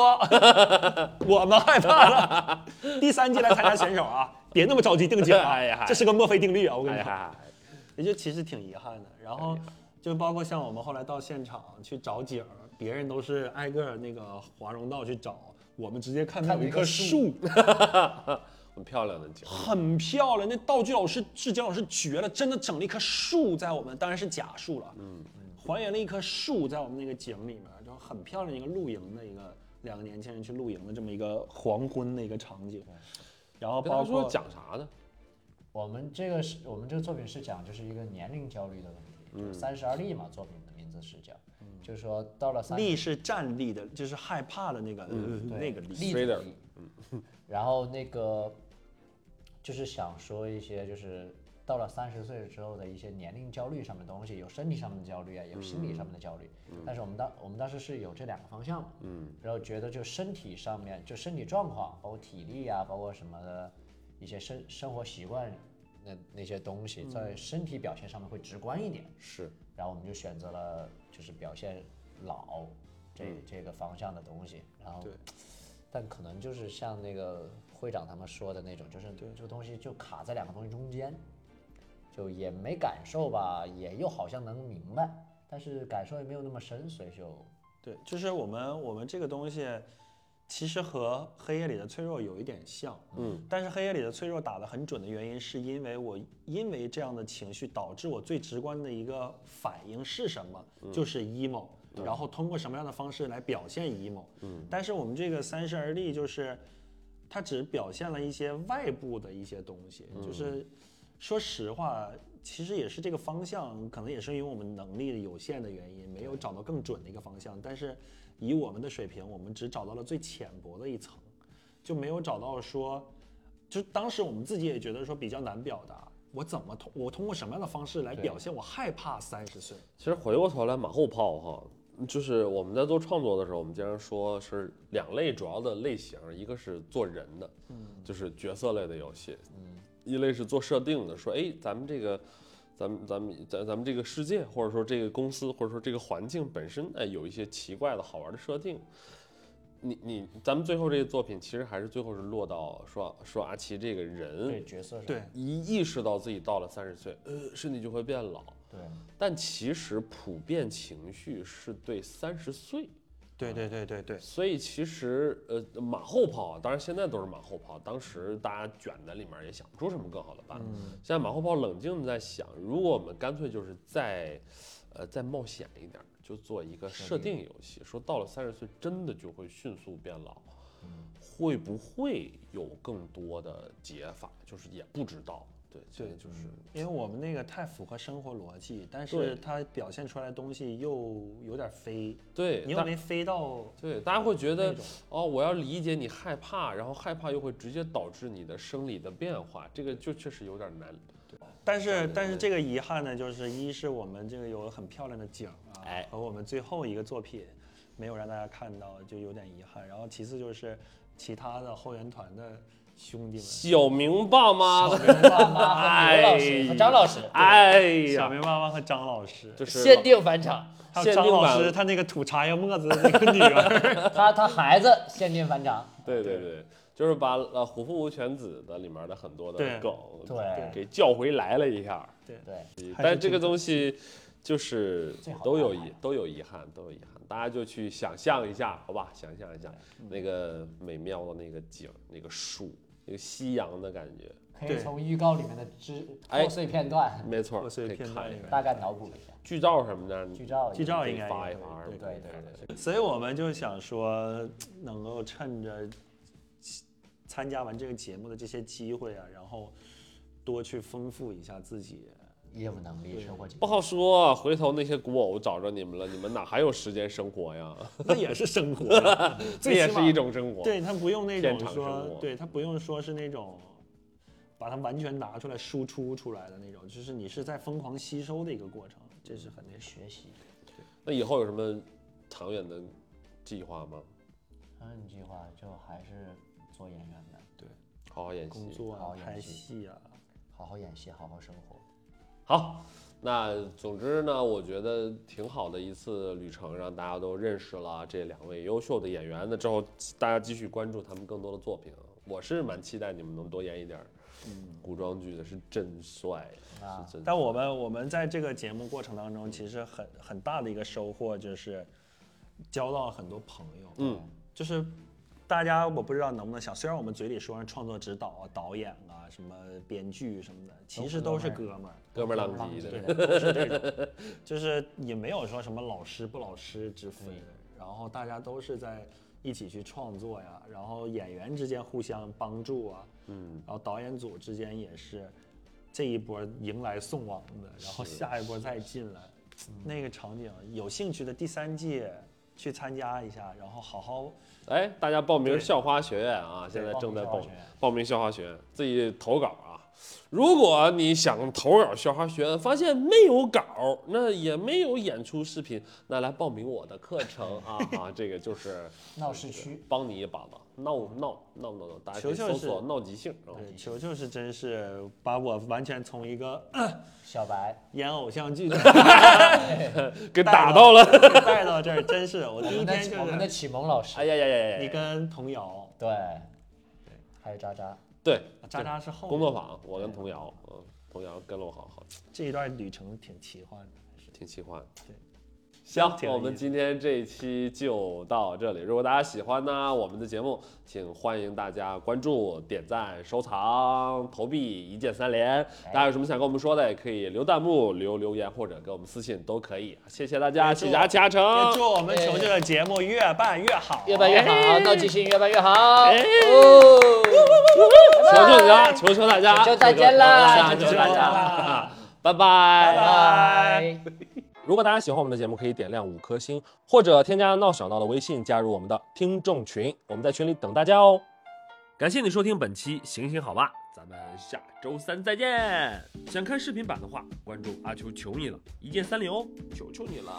Speaker 4: 我们害怕了。第三季来参加选手啊，别那么着急定奖 啊，
Speaker 2: 哎呀
Speaker 4: 这是个墨菲定律啊，我跟
Speaker 2: 哎
Speaker 4: 你说，
Speaker 2: 呀，
Speaker 4: 也就其实挺遗憾的。然后就包括像我们后来到现场去找景儿，别人都是挨个儿那个华容道去找，我们直接看到
Speaker 3: 看
Speaker 4: 有一
Speaker 3: 那棵
Speaker 4: 棵树，
Speaker 2: 很漂亮的景。
Speaker 4: 很漂亮。那道具老师、志江老师绝了，真的整了一棵树在我们，当然是假树了，嗯，还原了一棵树在我们那个景里面，就很漂亮一个露营的一个两个年轻人去露营的这么一个黄昏的一个场景，然后
Speaker 2: 跟哎他
Speaker 4: 包
Speaker 2: 说
Speaker 4: 括
Speaker 2: 讲啥呢？
Speaker 3: 我们这个是我们这个作品是讲就是一个年龄焦虑的问题，就是三十而立嘛，作品的名字是叫，就是说到了三
Speaker 4: 立是站立的，就是害怕的那个、呃那个嗯立。
Speaker 3: 立
Speaker 2: 衰点
Speaker 3: 的
Speaker 2: 儿
Speaker 3: 立， 然后那个就是想说一些就是到了三十岁之后的一些年龄焦虑上面的东西，有身体上面的焦虑啊，有心理上面的焦虑。
Speaker 4: 嗯
Speaker 3: 但是我们当我们当时是有这两个方向嘛，嗯，然后觉得就身体上面就身体状况，包括体力啊，包括什么的一些生生活习惯那那些东西，
Speaker 4: 嗯
Speaker 3: 在身体表现上面会直观一点。
Speaker 2: 是，
Speaker 3: 然后我们就选择了就是表现老这、这个方向的东西，然后
Speaker 4: 嗯对，
Speaker 3: 但可能就是像那个会长他们说的那种，就是这个东西就卡在两个东西中间，就也没感受吧，也又好像能明白，但是感受也没有那么深，所以就
Speaker 4: 对，就是我们我们这个东西，其实和黑夜里的脆弱有一点像，嗯，但是黑夜里的脆弱打得很准的原因，是因为我因为这样的情绪导致我最直观的一个反应是什么，就是 emo，、然后通过什么样的方式来表现 emo，嗯，但是我们这个三十而立就是，它只表现了一些外部的一些东西，就是说实话，其实也是这个方向，可能也是因为我们能力有限的原因，没有找到更准的一个方向。但是以我们的水平，我们只找到了最浅薄的一层，就没有找到说，就当时我们自己也觉得说比较难表达。我怎么通？我通过什么样的方式来表现我害怕三十岁？
Speaker 2: 其实回过头来马后炮哈，就是我们在做创作的时候，我们经常说是两类主要的类型，一个是做人的，就是角色类的游戏，一类是做设定的，说哎，咱们这个。咱们咱们咱咱们这个世界，或者说这个公司，或者说这个环境本身，哎，有一些奇怪的好玩的设定。你你，咱们最后这个作品，其实还是最后是落到说说阿奇这个
Speaker 3: 对
Speaker 2: 人，
Speaker 3: 角色上
Speaker 4: 对，
Speaker 2: 一意识到自己到了三十岁，呃，身体就会变老，
Speaker 3: 对
Speaker 2: 但其实普遍情绪是对三十岁，
Speaker 4: 对对对对对，
Speaker 2: 所以其实呃马后炮，当然现在都是马后炮，当时大家卷在里面也想不出什么更好的办法。现在马后炮冷静的在想，如果我们干脆就是再，呃再冒险一点儿，就做一个设定游戏，说到了三十岁真的就会迅速变老。会不会有更多的解法？就是也不知道，对，现在就是
Speaker 4: 因为我们那个太符合生活逻辑，但
Speaker 2: 对
Speaker 4: 是它表现出来的东西又有点飞，
Speaker 2: 对，
Speaker 4: 你又
Speaker 2: 但
Speaker 4: 没飞到
Speaker 2: 对，大家会觉得
Speaker 4: 那种
Speaker 2: 哦，我要理解你害怕，然后害怕又会直接导致你的生理的变化，这个就确实有点难。
Speaker 4: 但是但是这个遗憾呢，就是一是我们这个有很漂亮的景啊，
Speaker 2: 哎
Speaker 4: 和我们最后一个作品没有让大家看到，就有点遗憾。然后其次就是其他的后援团的兄弟们，
Speaker 2: 小明爸妈的，
Speaker 3: 爸妈和刘老师和张老师
Speaker 2: 哎
Speaker 4: 小
Speaker 2: 呀，
Speaker 4: 明妈妈和张老师，
Speaker 2: 就是
Speaker 3: 限定返场，
Speaker 4: 还有
Speaker 2: 限
Speaker 4: 张
Speaker 2: 定
Speaker 4: 老
Speaker 2: 版
Speaker 4: 师他那个吐茶叶沫子的那个 女儿，
Speaker 3: 他他孩子限定返场，
Speaker 2: 对对对，就是把呃《虎父无犬子》的里面的很多的
Speaker 4: 对
Speaker 2: 梗
Speaker 3: 对
Speaker 2: 给叫回来了一下，
Speaker 3: 对
Speaker 4: 还是
Speaker 2: 但这
Speaker 4: 挺
Speaker 2: 个东西就是
Speaker 3: 最好
Speaker 2: 都有
Speaker 3: 办法
Speaker 2: 遗
Speaker 3: 呀
Speaker 2: 都有遗憾，都有遗憾，大家就去想象一下，好吧？想象一下那个美妙的那个景，那个树，那个夕阳的感觉。
Speaker 3: 可以
Speaker 4: 对
Speaker 3: 从预告里面的支
Speaker 2: 哎
Speaker 3: 破碎片段
Speaker 2: 没错，
Speaker 4: 破碎
Speaker 2: 可以
Speaker 4: 片
Speaker 2: 看
Speaker 4: 段
Speaker 2: 一
Speaker 4: 那
Speaker 2: 看
Speaker 4: 个
Speaker 3: 大概脑补一下，
Speaker 2: 剧照什么的，
Speaker 3: 剧照
Speaker 4: 剧照
Speaker 2: 可以
Speaker 4: 应该
Speaker 2: 发一
Speaker 4: 也可以
Speaker 2: 发，
Speaker 4: 对
Speaker 3: 对对
Speaker 2: 看看
Speaker 4: 所以我们就想说，能够趁着参加完这个节目的这些机会啊，然后多去丰富一下自己。
Speaker 3: 业务能力、生活经
Speaker 2: 不
Speaker 3: 验。
Speaker 2: 好说，回头那些古偶找着你们了，你们哪还有时间生活呀？
Speaker 4: 那也是生活呀，
Speaker 2: 这
Speaker 4: 最
Speaker 2: 也
Speaker 4: 起
Speaker 2: 是
Speaker 4: 码
Speaker 2: 一。种生活。，
Speaker 4: 对他不用那
Speaker 2: 片
Speaker 4: 种
Speaker 2: 场生
Speaker 4: 说
Speaker 2: 活，
Speaker 4: 对他不用说是那种把它完全拿出来输出出来的那种，就是你是在疯狂吸收的一个过程，这是很那什
Speaker 3: 学习，
Speaker 2: 那以后有什么长远的计划吗？
Speaker 3: 嗯，计划就还是做演员的，
Speaker 2: 好好演
Speaker 4: 么工
Speaker 2: 戏。
Speaker 4: 作啊
Speaker 3: 好、演
Speaker 4: 拍
Speaker 3: 戏
Speaker 4: 戏啊，
Speaker 3: 好好演戏，好好生活。
Speaker 2: 好，那总之呢，我觉得挺好的一次旅程，让大家都认识了这两位优秀的演员。那之后大家继续关注他们更多的作品啊，我是蛮期待你们能多演一点儿古装剧的，是真帅，
Speaker 3: 啊
Speaker 2: 是真帅。
Speaker 4: 但我们我们在这个节目过程当中，其实很很大的一个收获就是交到了很多朋友，
Speaker 2: 嗯，
Speaker 4: 就是大家我不知道能不能想，虽然我们嘴里说上创作指导啊、导演啊、什么编剧什么的，其实都是哥们儿，
Speaker 2: 哥们儿
Speaker 3: 浪
Speaker 2: 浪逼
Speaker 3: 对
Speaker 2: 的，
Speaker 4: 对，都是这 种，就是也没有说什么老师不老师之分，然后大家都是在一起去创作呀，然后演员之间互相帮助啊，
Speaker 2: 嗯，
Speaker 4: 然后导演组之间也是这一波迎来送往的，然后下一波再进来，那个场景有兴趣的第三季去参加一下，然后好好
Speaker 2: 哎，大家报名
Speaker 4: 对
Speaker 2: 校花学院啊，现在
Speaker 4: 报
Speaker 2: 正
Speaker 4: 名
Speaker 2: 在
Speaker 4: 校
Speaker 2: 报
Speaker 4: 花学院
Speaker 2: 报名校花学院，自己投稿啊。如果你想投稿校花学院，发现没有稿，那也没有演出视频，那来报名我的课程啊 啊，这个就是
Speaker 3: 闹市区，
Speaker 2: 帮你一把吧，闹闹闹闹闹，大家可以
Speaker 4: 求求
Speaker 2: 搜
Speaker 4: 是
Speaker 2: 索“闹即兴”啊。
Speaker 4: 对，球球呃是真是把我完全从一个 呃
Speaker 3: 小白
Speaker 4: 演偶像 剧的
Speaker 2: 给
Speaker 4: 带
Speaker 2: 打到了。
Speaker 4: 带到这儿，真是我
Speaker 3: 我
Speaker 4: 第一
Speaker 3: 们
Speaker 4: 天
Speaker 3: 的我们的
Speaker 4: 就是
Speaker 3: 启蒙老师
Speaker 2: 哎，呀呀呀呀呀！
Speaker 4: 你跟童瑶，
Speaker 3: 对，还有渣渣，
Speaker 2: 对
Speaker 4: 渣渣是后面
Speaker 2: 工作坊，我跟童瑶，嗯，童瑶跟了我好好，
Speaker 4: 这一段旅程挺奇幻的，还是
Speaker 2: 挺喜欢。
Speaker 4: 对，
Speaker 2: 行
Speaker 4: 挺，有
Speaker 2: 我们
Speaker 4: 意思
Speaker 2: 今天这一期就到这里。如果大家喜欢呢我们的节目，请欢迎大家关注、点赞、收藏、投币，一键三连。大家有什么想跟我们说的，也可以留弹幕、留留言或者给我们私信都可以。谢谢大家，
Speaker 4: 也
Speaker 2: 谢
Speaker 4: 祝
Speaker 2: 谢大家加
Speaker 4: 也
Speaker 2: 成，
Speaker 4: 祝我们球球的节目越办越好，啊
Speaker 3: 越办越好，闹剧情越办越好。
Speaker 2: 哎
Speaker 3: 哦，
Speaker 2: 求求你了，求求大家，
Speaker 3: 求求大家啦
Speaker 2: 求
Speaker 3: 求
Speaker 2: 求
Speaker 3: 求
Speaker 2: 大
Speaker 3: 大
Speaker 2: 家
Speaker 3: 家
Speaker 2: 啊
Speaker 4: 啦，
Speaker 2: 拜拜
Speaker 4: 拜拜
Speaker 3: 拜。
Speaker 2: 如果大家喜欢我们的节目，可以点亮五颗星，或者添加闹小闹的微信，加入我们的听众群，我们在群里等大家哦。感谢你收听本期《行行好吧》，咱们下周三再见。想看视频版的话，关注阿秋求你了，一键三连哦，求求你了。